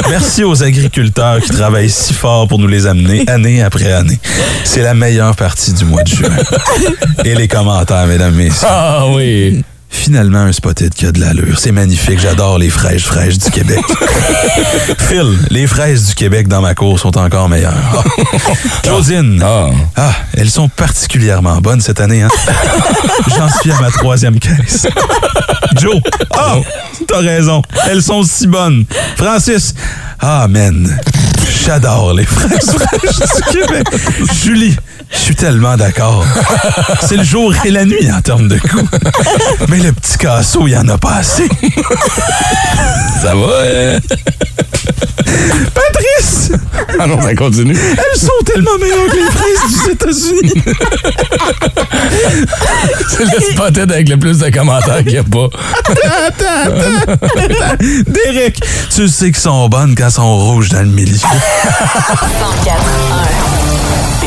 Merci aux agriculteurs qui travaillent si fort pour nous les amener année après année. C'est la meilleure partie du mois de juin. Et les commentaires, mesdames, messieurs. Ah oui. Finalement, un spotted qui a de l'allure. C'est magnifique. J'adore les fraises fraîches du Québec. Phil, les fraises du Québec dans ma cour sont encore meilleures. Claudine. Ah. Ah, elles sont particulièrement bonnes cette année, hein? J'en suis à ma troisième caisse. Joe. Ah, t'as raison. Elles sont si bonnes. Francis. Ah, man. J'adore les fraises fraîches du Québec. Julie. Je suis tellement d'accord. C'est le jour et la nuit en termes de coûts. Mais le petit casseau, il y en a pas assez. Ça va, hein? Patrice! Ah non, ça continue. Elles sont tellement meilleures que les fraises des États-Unis. C'est le spotted avec le plus de commentaires qu'il n'y a pas. Derek, tu sais qu'elles sont bonnes quand elles sont rouges dans le milieu. 104.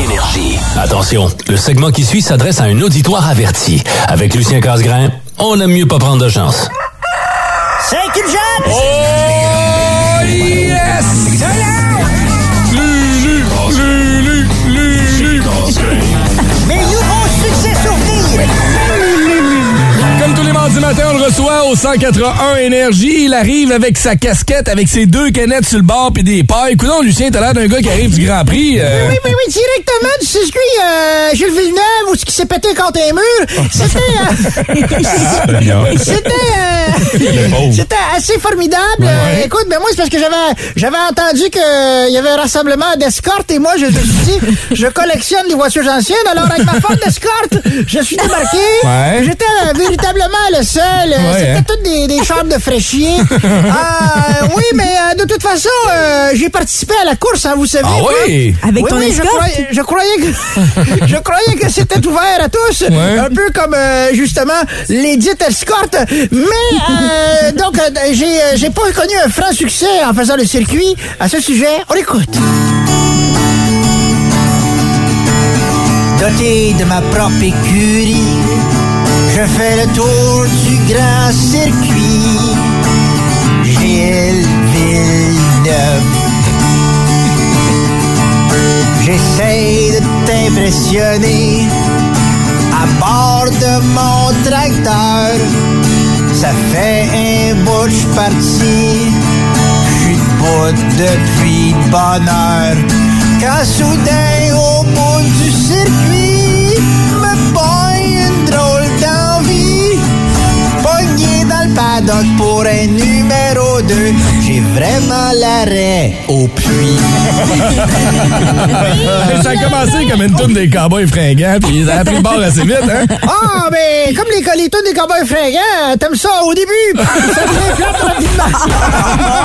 Énergie. Attention, le segment qui suit s'adresse à un auditoire averti. Avec Lucien Casgrain, on aime mieux pas prendre de chance. Comme tous les mardis matins, on le reçoit au 181 Énergie. Il arrive avec sa casquette, avec ses deux canettes sur le bord puis des pailles. Coudon, Lucien, t'as l'air d'un gars qui arrive du Grand Prix. euh. Oui, Eh oui, oui, directement du circuit euh, Jules Villeneuve où ce qui s'est pété contre un mur. C'était. euh, C'était. euh, C'était assez formidable. Euh, Écoute, mais moi, c'est parce que j'avais j'avais entendu qu'il y avait un rassemblement d'escortes et moi, je, je me suis dit, je collectionne les voitures anciennes. Alors, avec ma Ford d'escorte, je suis débarqué. Ouais. J'étais euh, véritablement le seul. Euh, Ouais, C'était hein. toutes des, des chambres de fraîchiers. Ah, euh, oui, mais euh, de toute façon, euh, j'ai participé à la course, hein, vous savez. Ah moi. oui? Avec Oui, ton oui, je escorte? croyais, je croyais que je croyais que c'était ouvert à tous, un peu comme euh, justement les dites escortes. Mais euh, donc euh, j'ai euh, j'ai pas connu un franc succès en faisant le circuit à ce sujet. On écoute. Doté de ma propre écurie, je fais le tour du grand circuit. Gilles Villeneuve. J'essaie de t'impressionner à bord de mon tracteur. Ça fait un bout que je suis parti, je suis debout depuis bonne heure. Quand soudain, au bout du circuit, me pogne une drôle d'envie. Pogné dans le paddock pour un numéro 2, j'ai vraiment l'arrêt au puits. Ça a commencé comme une toune des cowboys fringants, puis ça a pris le bord assez vite, hein? Ah, ben, comme les colétons des cowboys fringants, hein, t'aimes ça au début. Ça devient plate rapidement.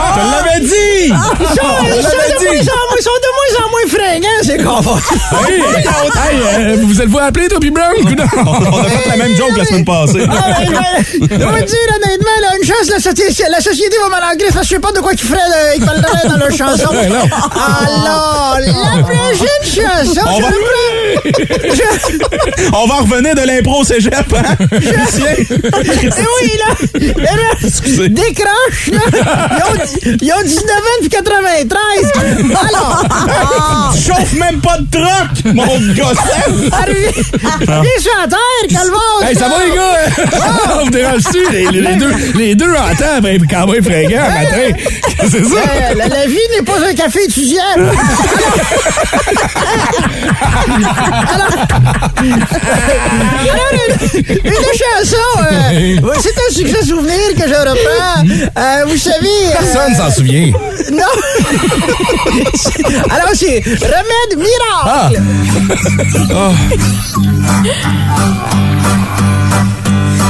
Je te l'avais dit! Ils sont, ils sont de moins en moins, ils sont de moins en moins fringants, ces cowboys. Hey, Ah hey, euh, vous vous êtes vous appelé, toi, puis Brown? Coudon? On a fait la même joke la semaine passée. Ah, ben, ben, Je vais dire honnêtement, là, une chance, la société, la société va mal en griffe, parce que je sais pas de quoi ils feraient, là, ils parleraient dans leur chanson. Ouais, non. Alors, la prochaine chanson, On je va- vais On va revenir de l'impro au cégep, hein? Eh oui, là! Mais là, Décroche, là! Ils ont, ils ont 19 ans depuis 93! Alors, Tu chauffes même pas de truck, mon gosse! arrivé, Ah. arrivé sur la terre, Calvin! Hey, ça va, les gars? Ah! On vous dérange-tu? Les, les- les deux, les deux en temps, ben, cowboys fringants, le matin. C'est ça? Euh, la, la vie n'est pas un café étudiant. Alors, alors, une, une chanson, euh, c'est un succès souvenir que je reprends. Euh, vous savez, euh, Personne s'en souvient. non. alors c'est remède miracle. Ah!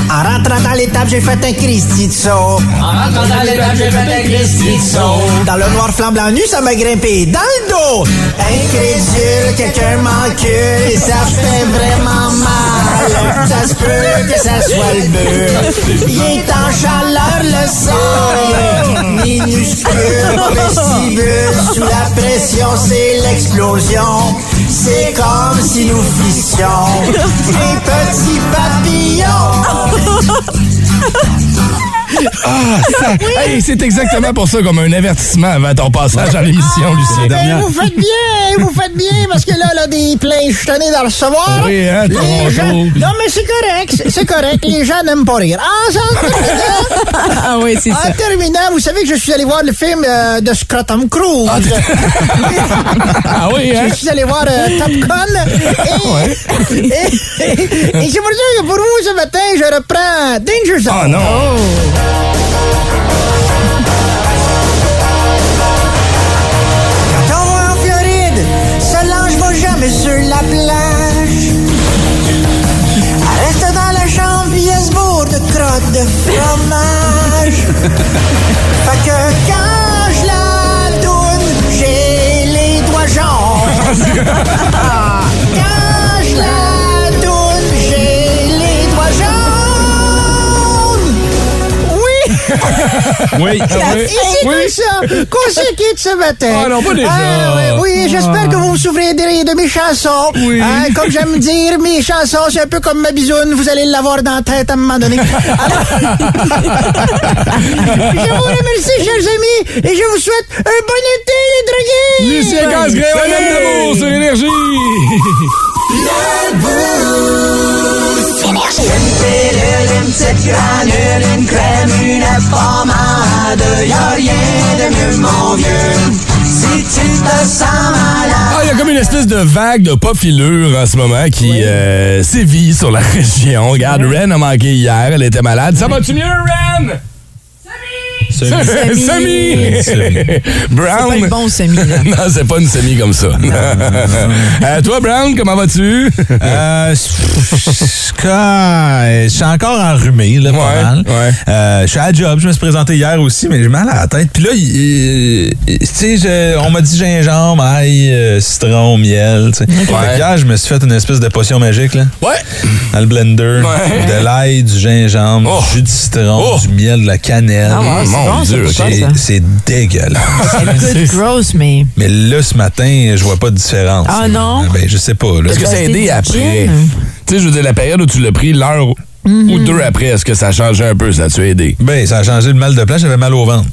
En rentrant dans l'étape, j'ai fait un Christy de saut. En rentrant dans l'étape, j'ai fait un Christy de saut. Dans le noir flambant nu, ça m'a grimpé dans le dos. Incrédule, quelqu'un m'encule et ça fait vraiment mal. Ça se peut que ça soit le but. Il est en chaleur le sol. Minuscule, vestibule, sous la pression, c'est l'explosion. C'est comme si nous fissions des petits papillons. Hey, c'est exactement pour ça comme un avertissement avant ton passage à l'émission, Lucien. Ben, vous faites bien, vous faites bien, parce que là, là, des plaintes, je suis tanné d'en recevoir. Oui, hein, tout Les gens- bonjour, puis- Non, mais c'est correct, c'est- c'est correct, les gens n'aiment pas rire. Ah, En, terminant, Ah oui, c'est en ça. terminant, vous savez que je suis allé voir le film euh, de Scrotum Cruise. Ah oui, hein? Je suis allé voir euh, Top Gun. Et, et- et- et c'est pour ça que pour vous, ce matin, je reprends Danger Zone. Ah non! Oh. Quand on va en Floride, Solange va jamais sur la plage. Elle reste dans la chambre, puis elle se bourre de crottes de fromage. fait que quand je la tourne, j'ai les doigts jaunes. Ah, quand je la tourne, j'ai les doigts jaunes. Oui! Oui, Et c'est tout ça qu'on se quitte ce matin. Ah non, pas déjà. Ah, oui, oui, j'espère que vous vous souvenez de, de mes chansons. Oui. Hein, comme j'aime dire, mes chansons, c'est un peu comme ma bisoune. Vous allez l'avoir dans la tête à un moment donné. Alors, je vous remercie, chers amis, et je vous souhaite un bon été, les drogués! Lucien Casgrain, on aime l'amour sur Énergie! Une pilule, une petite granule, une crème, une pommade. Y'a rien de mieux, mon vieux. Si tu te sens malade. Ah, il y a comme une espèce de vague de pas filure en ce moment qui euh, sévit sur la région. Regarde, Ren a manqué hier, elle était malade. Ça va-tu mieux, Ren? Semi! Semi! Brown! Pas le bon semi, là. Non, c'est pas une semi comme ça. Euh, toi, Brown, comment vas-tu? Euh, je suis encore enrhumé, là, Ouais, pas mal. ouais. Euh, je suis à la job, je me suis présenté hier aussi, mais j'ai mal à la tête. Puis là, il- il- il- tu sais, je- on m'a dit gingembre, ail, euh, citron, miel. tu sais. Fait que Hier, je me suis fait une espèce de potion magique, là, Ouais! dans le blender. Ouais. De l'ail, du gingembre, Oh. du jus de citron, Oh. du miel, de la cannelle. Ah ouais, c'est Mon bon, ça, Dieu, pour ça, j'ai- ça. c'est dégueulasse. Good gross, mais. mais là, ce matin, je vois pas de différence. Ah non? Ben, je sais pas. là. Hein? Est-ce que ça a aidé après? Tu sais, je veux dire, la période où tu l'as pris, l'heure Mm-hmm. ou deux après, est-ce que ça a changé un peu? Ça tu aidé? Ben, ça a changé le mal de place, j'avais mal au ventre.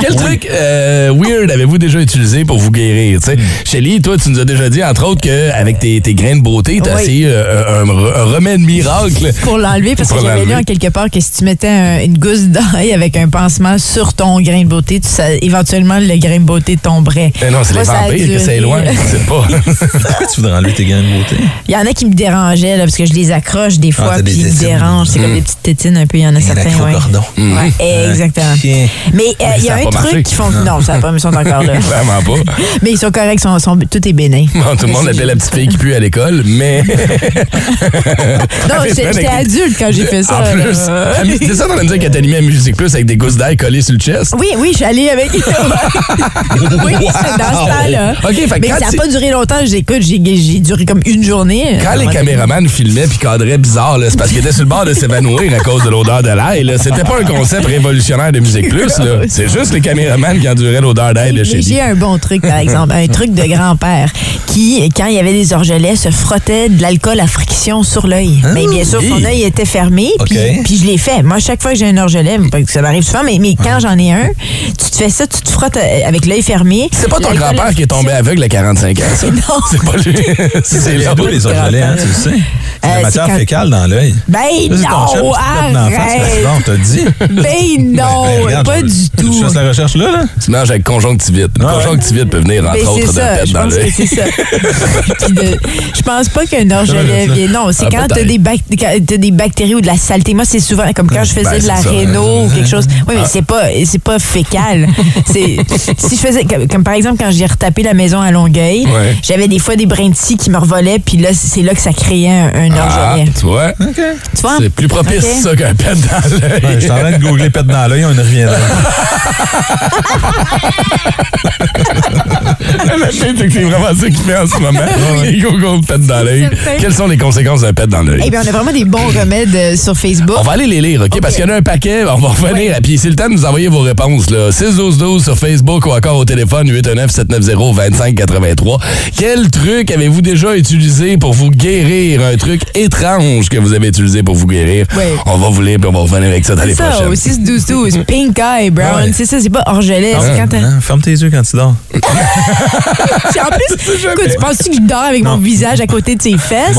Quel truc euh, weird avez-vous déjà utilisé pour vous guérir? tu sais? Shelly, toi, tu nous as déjà dit, entre autres, qu'avec tes, tes grains de beauté, tu as Oui. essayé euh, un, un remède miracle. Pour l'enlever, parce Pour que j'avais lu l'enlever. en quelque part que si tu mettais un- une gousse d'ail avec un pansement sur ton grain de beauté, tu sais, éventuellement le grain de beauté tomberait. Eh non, c'est Moi, les ça a vampires que duré. c'est loin. C'est pas. Pourquoi tu voudrais enlever tes graines de beauté? Il y en a qui me dérangeaient, là, parce que je les accroche des fois, Ah, t'as des puis ils me tétines. dérangent. Mm. C'est comme des petites tétines un peu, il y en a certains. ouais. cordon. Ouais, exactement. Chien. Mais euh, il y ça a a un pas truc marché. qui font. Non, ça n'a pas, mais ils sont encore là. Vraiment pas. Mais ils sont corrects, sont, sont- tout est bénin. Bon, tout le monde appelle la petite fille qui pue à l'école, mais. Non, j'étais j'étais adulte quand j'ai fait ça. euh, En là. plus, Ami- c'est ça qu'on a dit que t'animais à Musique Plus avec des gousses d'ail collées sur le chest? Oui, oui, je suis allée avec. oui, c'est dans ce temps-là. OK, fait que Mais quand ça tu- n'a pas duré longtemps. J'écoute, j'ai j'ai duré comme une journée. Quand les caméramans filmaient puis cadraient bizarre, là, c'est parce qu'ils étaient sur le bord de s'évanouir à cause de l'odeur de l'ail. là. C'était pas un concept révolutionnaire de Musique Plus. là. C'est juste les caméramans qui enduraient l'odeur d'ail de Mais chez lui. J'ai un bon truc, par exemple, un truc de grand-père qui, quand il y avait des orgelets, se frottait de l'alcool à friction sur l'œil. Mais bien sûr, Ah, oui. son œil était fermé, puis- OK. puis je l'ai fait. Moi, chaque fois que j'ai un orgelet, pas que ça m'arrive souvent, mais, mais quand j'en ai un, tu te fais ça, tu te frottes euh, avec l'œil fermé. C'est pas ton L'alcool à grand-père qui est tombé aveugle à 45 ans, ça. Non. C'est pas lui. C'est C'est l'autre. beau les orgelets, hein, tu le sais. C'est Euh, la matière c'est quand- fécale dans l'œil. Ben Là, c'est ton chum non, qui te tape dans la face, ça fait arrête! longtemps, on te le dit. Ben non, Ben, regarde, pas je- du Tu tout. fasses la recherche là, là? Tu manges avec conjonctivite. Le Ah ouais. conjonctivite peut venir, entre Ben, c'est autres, de la ça, tête je dans pense que l'œil. c'est ça. Puis de- je pense pas qu'un orgelet Ça, ça. vient. Non, c'est Ah, quand t'as peut-être. des, bac- quand t'as des bactéries ou de la saleté. Moi, c'est souvent comme quand je faisais Ben, de la c'est ça. Ah. réno ou quelque chose. Oui, mais c'est pas, c'est pas fécal. C'est- si je faisais, comme, comme par exemple, quand j'ai retapé la maison à Longueuil, Ouais. j'avais des fois des brins de scie qui me revolaient, puis là, c'est là que ça créait un, un Ah, orgelet. tu vois? Tu vois? C'est plus propice, Ok. ça, qu'un pet dans l'œil. Ouais, Ben, je suis en train de googler pète dans l'œil, on y reviendra. La tête, c'est que c'est vraiment ça qu'il fait en ce moment. Les gogo pètent dans l'œil. Certain. Quelles sont les conséquences d'un pet dans Eh l'œil? bien, on a vraiment des bons remèdes euh, sur Facebook. On va aller les lire, OK? Parce qu'il y en a un paquet, on va revenir. Et Puis c'est le temps de nous envoyer vos réponses, là. 6-12-12 sur Facebook ou encore au téléphone 819-790-2583. Quel truc avez-vous déjà utilisé pour vous guérir? Un truc étrange que vous avez utilisé pour vous guérir. Ouais. On va vous lire, puis on va revenir avec ça dans les ça, prochaines. au 6-12-12, Pink Eye Brown, Ouais. c'est ça, c'est pas orgelet, Ah c'est quand t'as- Hein, Ferme tes yeux quand tu dors. Puis en plus, écoute, tu penses-tu que je dors avec mon visage à côté de ses fesses?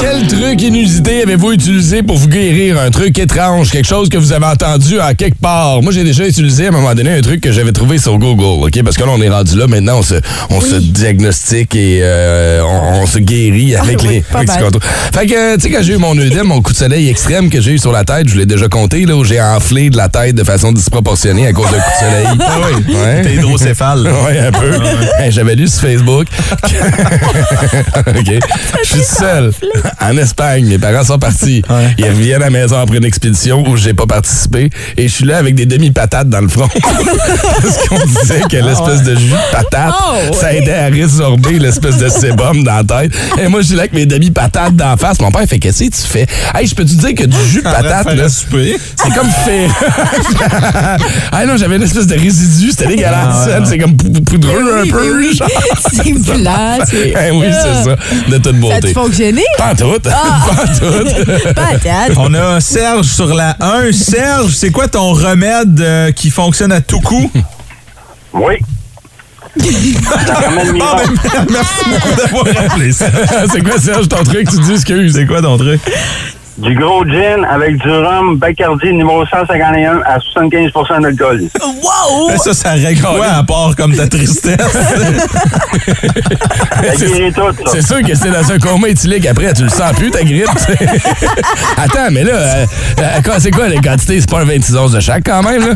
Quel truc inusité avez-vous utilisé pour vous guérir? Un truc étrange, quelque chose que vous avez entendu à quelque part. Moi, j'ai déjà utilisé à un moment donné un truc que j'avais trouvé sur Google, OK? Parce que là, on est rendu là. Maintenant, on se, on se diagnostique et euh, on, on se guérit avec oui, les... Ah, pas avec ce mal. qu'on trouve. Fait que, tu sais, quand j'ai eu mon œdème, mon coup de soleil extrême que j'ai eu sur la tête, je vous l'ai déjà compté, là, où j'ai enflé de la tête de façon disproportionnée à cause d'un coup de soleil. Ah oui. Ouais. T'es hydrocéphale. là. Oui, un peu. Hey, J'avais lu sur Facebook. OK. Je suis seul en Espagne. Mes parents sont partis. Ouais. Ils reviennent à la maison après une expédition où j'ai pas participé. Et je suis là avec des demi-patates dans le front. Parce qu'on disait que Ah l'espèce de jus de patate, Oh, ouais. ça aidait à résorber l'espèce de sébum dans la tête. Et moi, je suis là avec mes demi-patates dans la face. Mon père fait Qu'est-ce que tu fais? Hey, je peux te dire que du jus de En train de patate, faire là, un souper. c'est comme faire. ah non, j'avais une espèce de résidu, c'était dégueulasse. hein, Ah, ouais, Eh C'est comme pou- pou- poudreux un Oui, peu. mais oui. genre. C'est plat, c'est. Eh Ah. oui, c'est ça. De toute Ça a-tu beauté. fonctionné? Pas en tout. Pas en tout. Patate. On a Serge sur la 1. Serge, c'est quoi ton remède euh, qui fonctionne à tout coup? Oui. Remède miracle. ben, Merci beaucoup d'avoir appelé ça. C'est quoi, Serge, ton truc? Tu dis excuse. C'est quoi ton truc? Du gros gin avec du rhum Bacardi numéro 151 à 75 d'alcool. Oh. Ben, Ça, ça règle quoi à part comme ta tristesse? Ça guérit tout, ça. C'est sûr que c'est dans un coma éthylique après, tu le sens plus, ta grippe. Attends, mais là, euh, euh, quoi- c'est quoi les quantités? C'est pas un 26 onces de chaque quand même, là?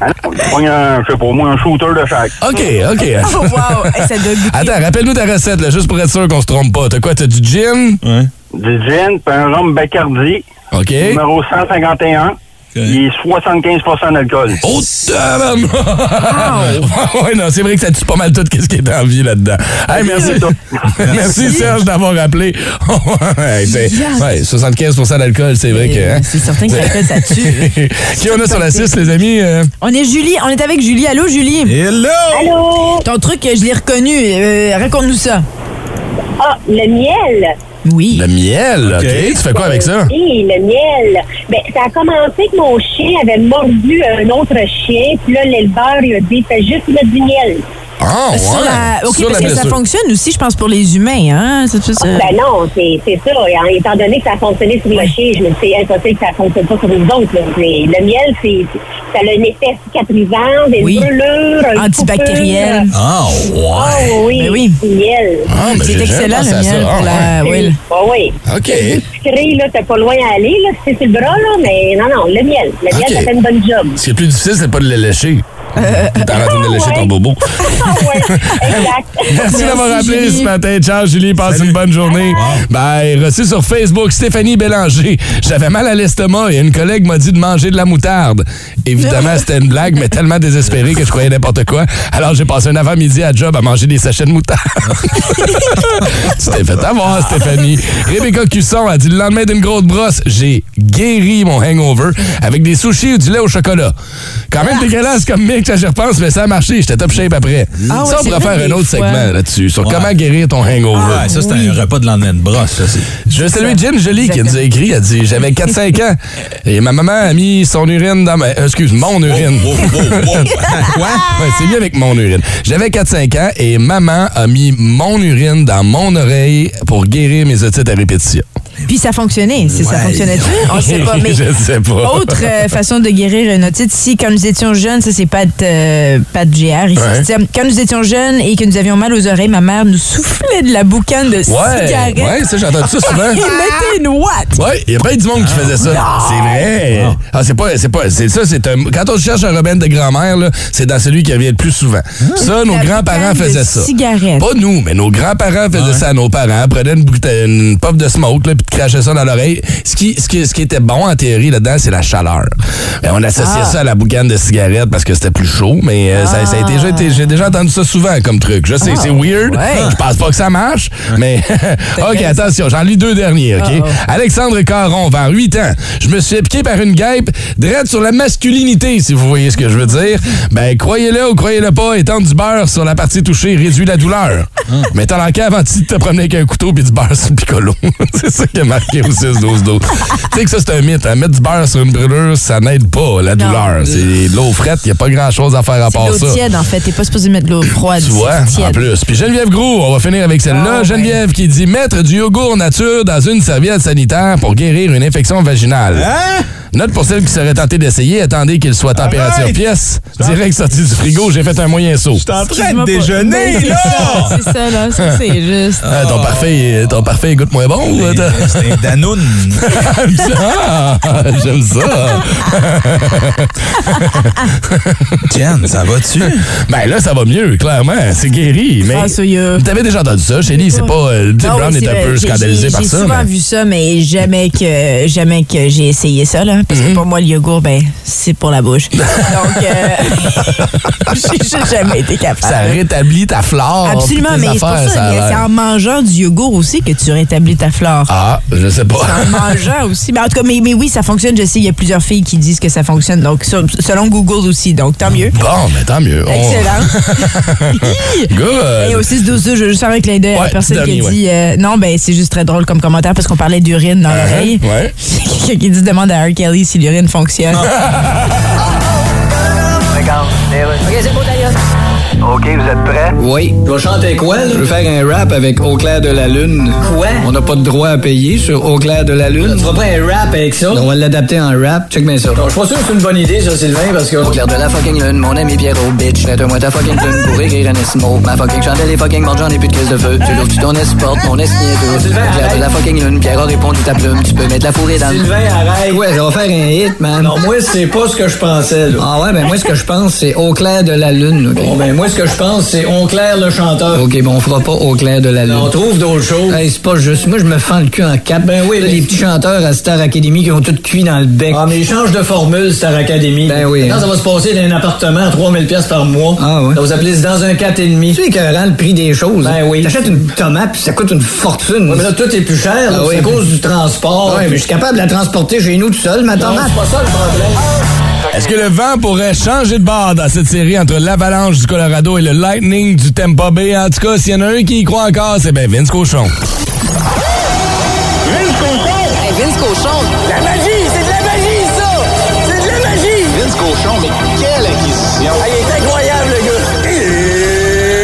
Ah non, je prends un- je sais pas, moi, un shooter de chaque. OK, Oh, Ah, OK. wow. Eh, Ça doit goûter. Attends, rappelle-nous ta recette, là, juste pour être sûr qu'on se trompe pas. T'as quoi? T'as du gin? Ouais. Du gin, puis un rhum Bacardi OK. numéro 151 Il est 75 d'alcool. Oh, tabarnak! ouais, non, c'est vrai que ça tue pas mal tout quest ce qui est en vie là-dedans. Hey, merci. merci, Serge, d'avoir appelé. Hey, c'est- ouais, 75 d'alcool, c'est vrai que... hein? Eh, C'est certain que l'alcool, ça tue. qui on a sur la 6, les amis? euh? On est Julie, on est avec Julie. Allô, Julie? Hello! Ton truc, je l'ai reconnu. Euh, Raconte-nous ça. Ah, le miel! Oui. Le miel, OK. Tu fais quoi avec ça? Oui, le miel! Ben, ça a commencé que mon chien avait mordu un autre chien, puis là, l'éleveur, il a dit, fais juste mettre du miel. Ah, ouais. Euh, Sur la... OK, Sur parce la que ça blessure. fonctionne aussi, je pense, pour les humains. Hein? C'est tout ça. Ben non, c'est c'est ça. Et en- Étant donné que ça a fonctionné sur le chien, je me dis, c'est impossible que ça fonctionne pas sur les autres. là. Mais le miel, c'est ça a un effet cicatrisant, des Oui. brûlures, un Antibactérienne. coup de- Ah, Ah ouais. oui, Ben oui. du miel. Ah, mais j'ai c'est jamais excellent, pensé le à miel. ça. Pour Ah, la... Oui. ouais. Ah oui. OK. Tu crées, là, t'as pas loin à aller, là, c'est sur le bras, là, mais non, non, le miel. Le Ok. miel, ça fait une bonne job. Ce qui est plus difficile, c'est pas de le lécher. T'es en train de lécher ton bobo. Ah ouais, exact. Merci d'avoir appelé ce matin. Ciao, Julie. Passe une bonne journée. Bye. Reçu sur Facebook, Stéphanie Bélanger. J'avais mal à l'estomac et une collègue m'a dit de manger de la moutarde. Évidemment, c'était une blague, mais tellement désespérée que je croyais n'importe quoi. Alors, j'ai passé un avant-midi à job à manger des sachets de moutarde. tu t'es fait avoir, Stéphanie. Rebecca Cusson a dit le lendemain d'une grosse brosse, j'ai guéri mon hangover avec des sushis ou du lait au chocolat. Quand même dégueulasse comme mec, quand j'y repense, mais ça a marché. J'étais top shape après. Ah ouais, ça, on c'est pourrait vrai, faire un des autre fois. segment là-dessus sur comment guérir ton hangover. Ouais, Ah, ça, c'est un repas de lendemain de brosse, ça, c'est. Je veux saluer Jen Jolie qui nous a écrit. Elle dit J'avais 4-5 ans et ma maman a mis son urine dans ma. euh, Excuse, mon urine. Wow, wow, wow. Oh, Quoi? Ouais, c'est mieux avec mon urine. J'avais 4-5 ans et maman a mis mon urine dans mon oreille pour guérir mes otites à répétition. Puis ça fonctionnait. Si ça Ouais. fonctionnait-tu? On sait pas. Mais Je sais pas. Autre euh, façon de guérir une otite, si quand nous étions jeunes, ça c'est pas de, euh, pas de GR ici. Ouais. c'est- Quand nous étions jeunes et que nous avions mal aux oreilles, ma mère nous soufflait de la boucane de Ouais, cigarette ouais, ça, j'ai entendu ça souvent. et mettait une ouate. Ouais, il y a plein du monde qui faisait ça. C'est vrai. Ah, c'est pas, c'est pas, c'est ça, c'est un. Quand on cherche un remède de grand-mère, là, c'est dans celui qui revient le plus souvent. Ça, nos La grands-parents boucane de faisaient ça. cigarette. Pas nous, mais nos grands-parents faisaient ça à nos parents, prenaient une, bouteille- une puff de smoke, là, puis te crachaient ça dans l'oreille. Ce qui, ce, qui, ce qui était bon en théorie là-dedans, c'est la chaleur. Ben, on associait ça à la boucane de cigarette parce que c'était plus chaud, mais euh, ça, ça a déjà été- j'ai déjà entendu ça souvent comme truc. Je sais, c'est weird. Je pense pas que ça marche, mais OK, attention, j'en lis deux derniers, OK? Ah, Alexandre Caron, vers 8 ans, je me suis piqué par une guêpe drette sur la masculinité, si vous voyez ce que je veux dire. Ben, croyez-le ou croyez-le pas, étendre du beurre sur la partie touchée réduit la douleur. Ah. Mais t'en l'enquête avant de te promener avec un couteau puis du beurre sur le piccolo. c'est ça qui est marqué au 6-12-12. tu sais que ça, c'est un mythe. hein. Mettre du beurre sur une brûlure, ça n'aide pas la douleur. C'est de l'eau frette, il a pas grand-chose à faire à C'est part de ça. l'eau tiède en fait. T'es pas supposé mettre de l'eau froide. Tu vois, c'est en tiède. plus. Puis Geneviève Gros, on va finir avec celle-là. Ah, ouais. Geneviève qui dit mettre du yogourt nature dans une serviette sanitaire pour guérir une infection vaginale. Hein? Note pour celles qui seraient tentées d'essayer, attendez qu'il Ah, soit température Arrête! pièce. Direct sorti du frigo, j'ai fait un moyen saut. T'es en train de Excuse-moi pas. déjeuner, Ben, là! C'est ça, là. Ça, c'est juste. Ah, ton parfait, ton parfait goûte moins bon. ou t'as- C'est un Danoun. J'aime ça. J'aime ça. Jen, ça va-tu? Ben là, ça va mieux, clairement. C'est guéri. Mais Grâce au yo. t'avais déjà entendu ça, Chélie. C'est pas. euh, Tim Ah oui, Brown c'est est un vrai. peu J'ai- scandalisé j'ai- par ça. J'ai souvent mais- vu ça, mais jamais que jamais que j'ai essayé ça là, parce Mm-hmm. que pour moi le yogourt ben c'est pour la bouche. Donc euh, j'ai j'ai jamais été capable. Ça rétablit ta flore. Absolument, puis tes mais c'est pour affaires, ça, a mais l'air. c'est en mangeant du yogourt aussi que tu rétablis ta flore. Ah, je sais pas. En mangeant aussi. Mais en tout cas, mais, mais oui, ça fonctionne. Je sais, il y a plusieurs filles qui disent que ça fonctionne. Donc, sur- selon Google aussi. Donc, tant mieux. Bon, mais tant mieux. On- Excellent. Et Good. aussi, 12 je veux juste faire un clin d'œil à Euh, Ouais, la personne petit qui dernier, a dit euh, Non, ben c'est juste très drôle comme commentaire parce qu'on parlait d'urine dans l'oreille. ouais. Quelqu'un qui dit demande à R. Kelly si l'urine fonctionne. Ah, OK, vous êtes prêts? Oui. Tu vas chanter quoi, là? Je veux faire un rap avec Au clair de la lune. Quoi? On n'a pas de droit à payer sur Au clair de la lune. Tu feras pas un rap avec ça? On va l'adapter en rap. Check bien ça. je suis pas sûr que c'est une bonne idée, ça, Sylvain, parce que... Au clair de la fucking lune, mon ami Pierrot, bitch. Faites-moi ta fucking lune pour écrire un esmo. Ma fucking chandelle est fucking morte, j'en ai plus de crise de feu. Tu l'ouvres, tu ton esporte, mon esnier est Ah, Sylvain, Au clair de la fucking lune, Pierrot répond ta plume. Tu peux mettre la fourrée dans le... Sylvain, arrête. Ouais, ça va faire un hit, man. Non, moi, c'est pas ce que je pensais, Ah ouais, ben moi, ce que je pense, c'est Au clair de la lune. Bon, ben moi, moi, ce que je pense, c'est on claire le chanteur. OK, bon, on fera pas au clair de la lune. On trouve d'autres choses. c'est pas juste. Moi, je me fends le cul en cap. Ben oui. les petits chanteurs à Star Academy qui ont tout cuit dans le bec. Ah, mais ils changent de formule, Star Academy. Ben oui. Maintenant, ça va se passer dans un appartement à 3000 pièces par mois. Ah oui. Ça va s'appeler dans un 4,5. Tu sais, écœurant le prix des choses. Ben oui. T'achètes une tomate, puis ça coûte une fortune. mais là, tout est plus cher. là, C'est à cause du transport. Ouais, mais je suis capable de la transporter chez nous tout seul, ma tomate. c'est pas ça le problème. Est-ce que le vent pourrait changer de bord dans cette série entre l'avalanche du Colorado et le lightning du Tampa Bay? En tout cas, s'il y en a un qui y croit encore, c'est bien Vince Cochon. Vince Cochon! Hey, Vince Cochon! La magie! C'est de la magie, ça! C'est de la magie! Vince Cochon, mais quelle acquisition! Ah, il est incroyable, le gars!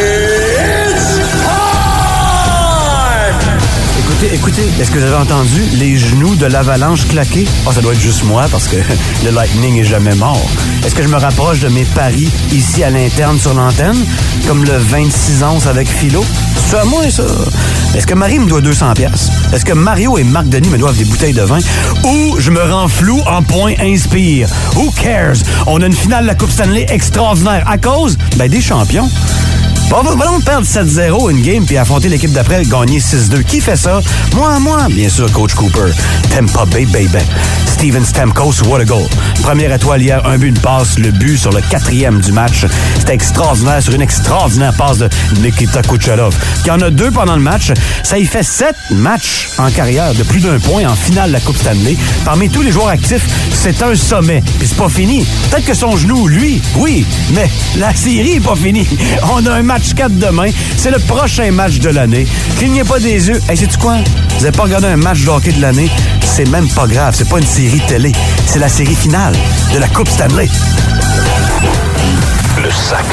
Écoutez, écoutez, est-ce que vous avez entendu les genoux de l'avalanche claquer? Oh, ça doit être juste moi parce que le Lightning est jamais mort. Est-ce que je me rapproche de mes paris ici à l'interne sur l'antenne? Comme le 26 onces avec Philo? C'est à moi, ça. Est-ce que Marie me doit 200 pièces? Est-ce que Mario et Marc Denis me doivent des bouteilles de vin? Ou je me rends flou en point inspire? Who cares? On a une finale de la Coupe Stanley extraordinaire à cause, ben, des champions. Bon, va va donc perdre 7-0 une game puis affronter l'équipe d'après, gagner 6-2. Qui fait ça? Moi, moi, bien sûr, Coach Cooper. Tampa Bay, baby. Steven Stamkos, what a goal. Première étoile hier, un but, une passe, le but sur le quatrième du match. C'était extraordinaire sur une extraordinaire passe de Nikita Kucherov. Qui en a deux pendant le match. Ça y fait sept matchs en carrière de plus d'un point en finale de la Coupe Stanley. Parmi tous les joueurs actifs, c'est un sommet. Puis c'est pas fini. Peut-être que son genou, lui, oui, mais la série est pas finie. On a un match 4 demain. C'est le prochain match de l'année. Clignez pas des yeux. Hey, sais-tu quoi? Vous avez pas regardé un match de hockey de l'année? C'est même pas grave. C'est pas une série télé. C'est la série finale de la Coupe Stanley. Le sac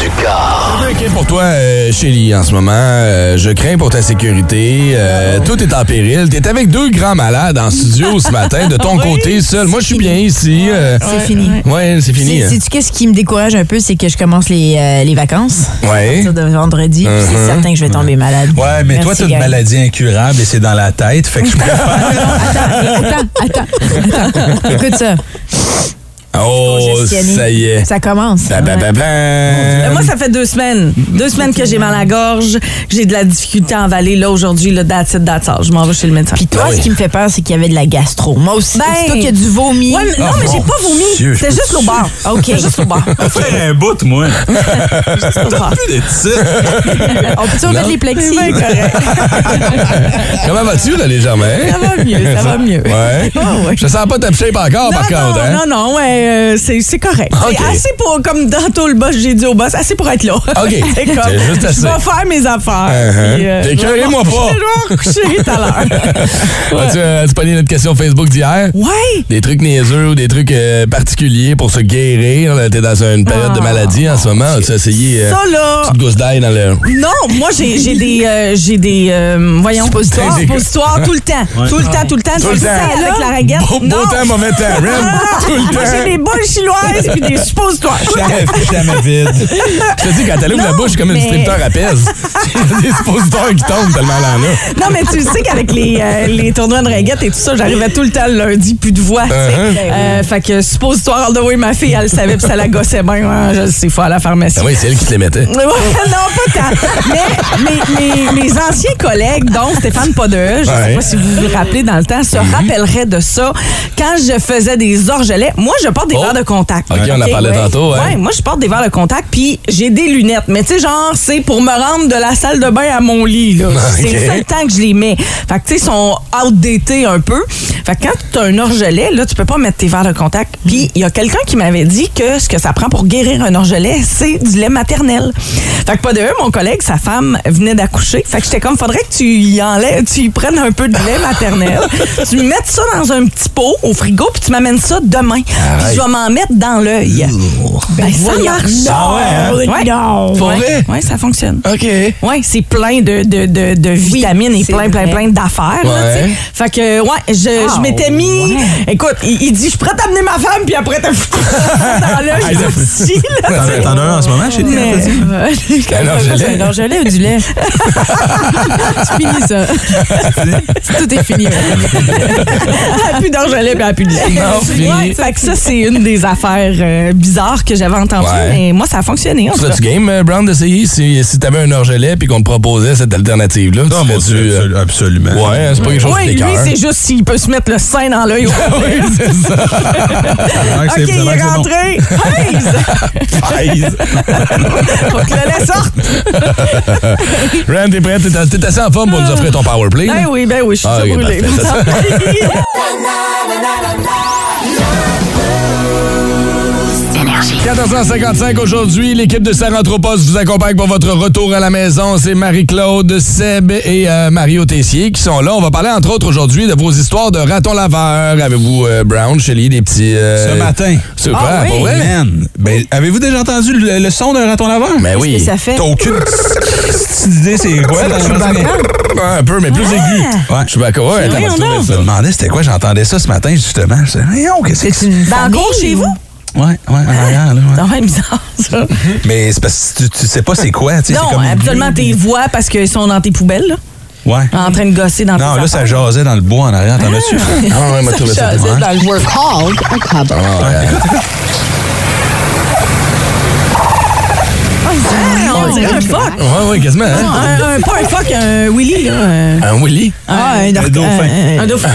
du car. Ok, pour toi, euh, Shelly, en ce moment, euh, je crains pour ta sécurité. euh, tout est en péril. T'es avec deux grands malades en studio ce matin, de ton Oui. côté seul. Moi, je suis bien ici. euh, C'est fini. Ouais, c'est fini. hein. C'est- Sais-tu qu'est-ce qui me décourage un peu, c'est que je commence les, euh, les vacances. Ouais. À partir de vendredi, puis c'est Mhm. certain que je vais tomber malade. Ouais, mais toi, Merci, t'as une gang. maladie incurable et c'est dans la tête. Fait que je préfère. Attends, attends, attends. Écoute ça. Oh, Christiani. ça y est. Ça commence. Ba, ba, ba, ba. Euh, Moi, ça fait deux semaines. Deux semaines que j'ai mal à la gorge, que j'ai de la difficulté à avaler. Là, aujourd'hui, le that's it, that's all. Je m'en vais chez le médecin. Puis toi, Ah oui. ce qui me fait peur, c'est qu'il y avait de la gastro. Moi aussi, c'est toi qui as du vomi. Ouais, mais- non, Ah, mais j'ai mon pas vomi. Dieu, je C'était peux juste au bar. te- OK. C'était juste au bar. faire un bout, moi. T'as plus de titre. On peut-tu remettre Non. les plexis? Comment vas-tu, là, légèrement? Ça va mieux, ça va mieux. Ouais. Ah ouais. Je sens pas top shape encore, par Non, contre. hein? non, non, ouais, euh, c'est c'est correct. Ok. C'est assez pour, comme tantôt le boss, j'ai dit au boss, assez pour être là. Ok. c'est comme, C'est juste assez. je vais faire mes affaires. Uh-huh. puis, euh, Écœurez-moi je vais pas. me coucher tout à l'heure. As-tu euh, as-tu pogné notre question Facebook d'hier? Ouais! Des trucs niaiseux ou des trucs euh, particuliers pour se guérir. là. T'es dans une période de maladie en ce moment. As-tu essayé euh, Ah. Ça, là. petite gousse d'ail dans le... Non, moi j'ai j'ai des euh, j'ai des euh, voyons Suppositoires. Des suppositoires tout le temps, Ouais. tout le temps, tout le temps, Tout Tu le sais, temps. avec la raguette. Beau- beau Non. temps, mauvais temps. Rem, Ah! tout le Moi temps. j'ai des boules chinoises puis des suppositoires. Jamais, jamais vide. Je te dis, quand elle ouvre la bouche, c'est comme un mais- distributeur à pèse. des suppositeurs qui tombent tellement là en a. Non, mais tu sais qu'avec les, euh, les tournois de raguette et tout ça, j'arrivais tout le temps le lundi, plus de voix. tu sais. Uh-huh. Euh, fait que suppositoire all the way, ma fille, elle le savait, puis ça la gossait bien. Ouais, je le sais, faut aller à la pharmacie. Ah oui, c'est elle qui te les mettait. Ouais, non, pas tant. Mais mes, mes- mes anciens collègues, dont Stéphane Podeux, je ne Ouais. sais pas si vous vous rappelez dans le temps, se rappelleraient de ça quand je faisais des orgelets. Moi, je porte des verres de contact. Oh. Ok, on en parlait tantôt, hein. Ouais, moi, je porte des verres de contact, puis j'ai des lunettes. Mais tu sais, genre, c'est pour me rendre de la salle de bain à mon lit. là. C'est Ok. le seul temps que je les mets. Fait que, tu sais, ils sont outdated un peu. Fait que quand tu as un orgelet, là, tu peux pas mettre tes verres de contact. Puis, il y a quelqu'un qui m'avait dit que ce que ça prend pour guérir un orgelet, c'est du lait maternel. Fait que pas de eux, mon collègue, sa femme venait d'accoucher. Fait que j'étais comme, faudrait que tu y enlèves, tu y prennes un peu de lait maternel. tu mettes ça dans un petit pot au frigo, puis tu m'amènes ça demain. Puis, je vais m'en mettre dans l'œil. Ben, ça voyons marche. donc. Ah ouais, hein? Ouais. Non. Pour Ouais. vrai? Ouais, ça fonctionne. OK. Ouais, c'est plein de, de, de, de vitamines et plein, plein, plein d'affaires. là, Ouais. tu sais. Fait que, ouais, je, je m'étais mis. Écoute, il, il dit, je suis prêt à amener ma femme, puis après, t'as foutu dans là, Hey, je suis T'en là. as- t'en as un en ce moment, chez Mais- Un orgelet. C'est un orgelet ou du lait? C'est fini, ça. Tout est fini. Elle a Ah, plus d'orgelet, puis elle a plus de lait. Non, Ouais, fini. Fait que ça, c'est une des affaires euh, bizarres que j'avais entendues, Ouais. mais moi, ça a fonctionné. en tout Serais-tu cas. game, euh, Brown, d'essayer si, si t'avais un orgelet puis qu'on te proposait cette alternative-là? Non, Ah, mon absolument. Ouais, hein, c'est pas quelque chose Oui, qui lui, t'écoeure. c'est juste s'il peut se mettre le sein dans l'œil. oui, c'est ça. que OK, Ah, c'est- il ça a l'air est que c'est bon. rentré. Hayes! Faut que le lait sorte. Ram, t'es prêt? T'es t'es assez en forme pour nous offrir ton powerplay? Ben oui, ben oui, je suis Ah, déjà ok, brûlée. parfait, c'est ça. Énergie. 14h55 aujourd'hui, l'équipe de Saranthropos vous accompagne pour votre retour à la maison. C'est Marie-Claude, Seb et euh, Mario Tessier qui sont là. On va parler entre autres aujourd'hui de vos histoires de ratons laveurs. Avez-vous euh, Brown, Shelley, des petits... euh, Ce matin. C'est quoi, Ah pour vrai? Man, ben, avez-vous déjà entendu le, le son d'un raton laveur? Ben oui. Qu'est-ce que ça fait? T'as aucune petite idée, c'est quoi? C'est dans le le raton laveur? Ouais, un peu, mais plus aigu. Ouais. Je suis d'accord. Ouais, Je t'as pas trouvé me demandais c'était quoi, j'entendais ça ce matin justement. Je disais, Hey, oh, qu'est-ce que c'est? Dans le cours chez vous? Ouais, ouais, en arrière, là, ouais. C'est quand même bizarre, ça. Mais c'est parce que tu, tu sais pas c'est quoi, tu sais. c'est Non, comme une habituellement, tes voix, parce qu'ils sont dans tes poubelles, là, bulle. Ouais. Ah, en train de gosser dans Non, tes là, ça jasait dans le bois en arrière, t'en as-tu? Ah, ouais, moi, trouvé ça. Ah, jasait Ouais. dans le work hall. Ah, on dirait un fuck. Ah, Ouais, ouais, quasiment. Non, Ah, Hein? un, un- pas un fuck, un Willy, là. Un, Un Willy? ah, un, or- dauphin. Un, un dauphin.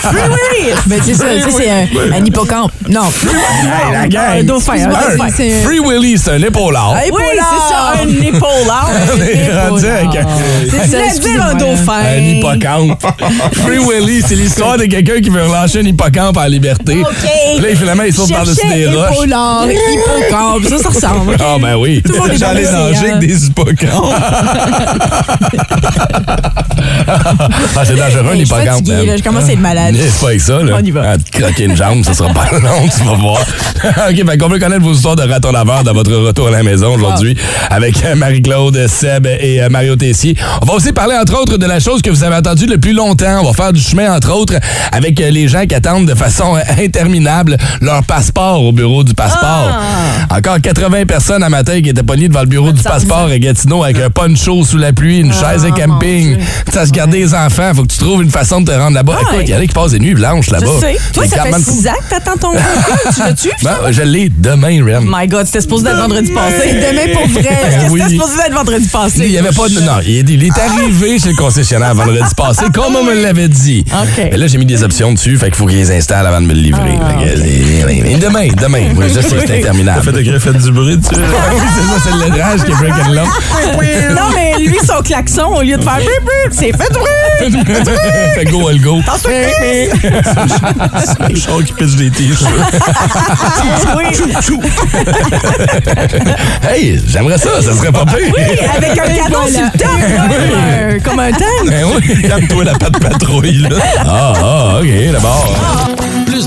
Free Willy! Ben, c'est ça, tu sais, c'est un, un hippocampe. Non. Hey, la gang! Un dauphin, un Un dauphin. C'est un- Ah, Free Willy, c'est un épaulard. Un Oui, c'est ça, un épaulard. On est rendu avec un... C'est ça, dire un dauphin. Un hippocampe. Free Willy, c'est l'histoire de quelqu'un qui veut relâcher un hippocampe en liberté. Puis Là, finalement, il saute par-dessus des roches. Épaulard, hippocampe, ça, ça ressemble. Ah, ben oui. Tout le monde est J'allais dans nager l'océan. avec des hippocampes. ah, c'est dangereux, un Hey, je suis hippocampe. fatiguée, man. là, je commence à être malade. Mais C'est pas avec ça, là. On y va. Ah, te croquer une jambe, ça sera pas long, tu vas voir. OK, fait qu'on veut connaître vos histoires de ratons laveurs dans votre retour à la maison aujourd'hui Ah. avec euh, Marie-Claude, Seb et euh, Mario Tessier. On va aussi parler, entre autres, de la chose que vous avez attendue le plus longtemps. On va faire du chemin, entre autres, avec euh, les gens qui attendent de façon euh, interminable leur passeport au bureau du passeport. Ah. Encore 80 personnes à matin qui étaient pognées devant le bureau du passeport à Gatineau avec un poncho sous la pluie, une chaise de Ah, camping. Ça se garde les enfants. Faut que tu trouves une façon de te rendre Ah, là-bas. Écoute, il y en a qui passent des nuits blanches là-bas. Je sais. Toi, C'est ça fait carrément- six ans que t'attends ton cours. Tu l'as-tu? Ben, je l'ai demain, Oh Rem. my God, c'était supposé d'être vendredi passé. Demain pour vrai. Parce que Ben Oui. c'était supposé d'être vendredi passé. Il y avait pas de. Non, il est, il Ah! est arrivé chez le concessionnaire vendredi passé, comme on me l'avait dit. OK. Ah, Mais là, j'ai mis des options dessus, fait qu'il faut qu'ils les installent avant de me le livrer. Fait que, euh, Demain, demain. Oui, je sais que c'est interminable. Fait de greffe, fait du bruit, tu sais. Ah oui, c'est ça, c'est le rage qui est break and long. Non, mais lui, son klaxon, au lieu de faire brr, brr, c'est fait brr. fait go, elle go. T'en souviens? Le char qui pisse des t-shirts. Ah, Oui. Hey, j'aimerais ça, ça serait pas pire. Oui, avec un canon sur le top, là, comme un- comme un tank. Ben Eh oui. Calme-toi, la patte patrouille, là. Ah, ah, OK, d'abord. Plus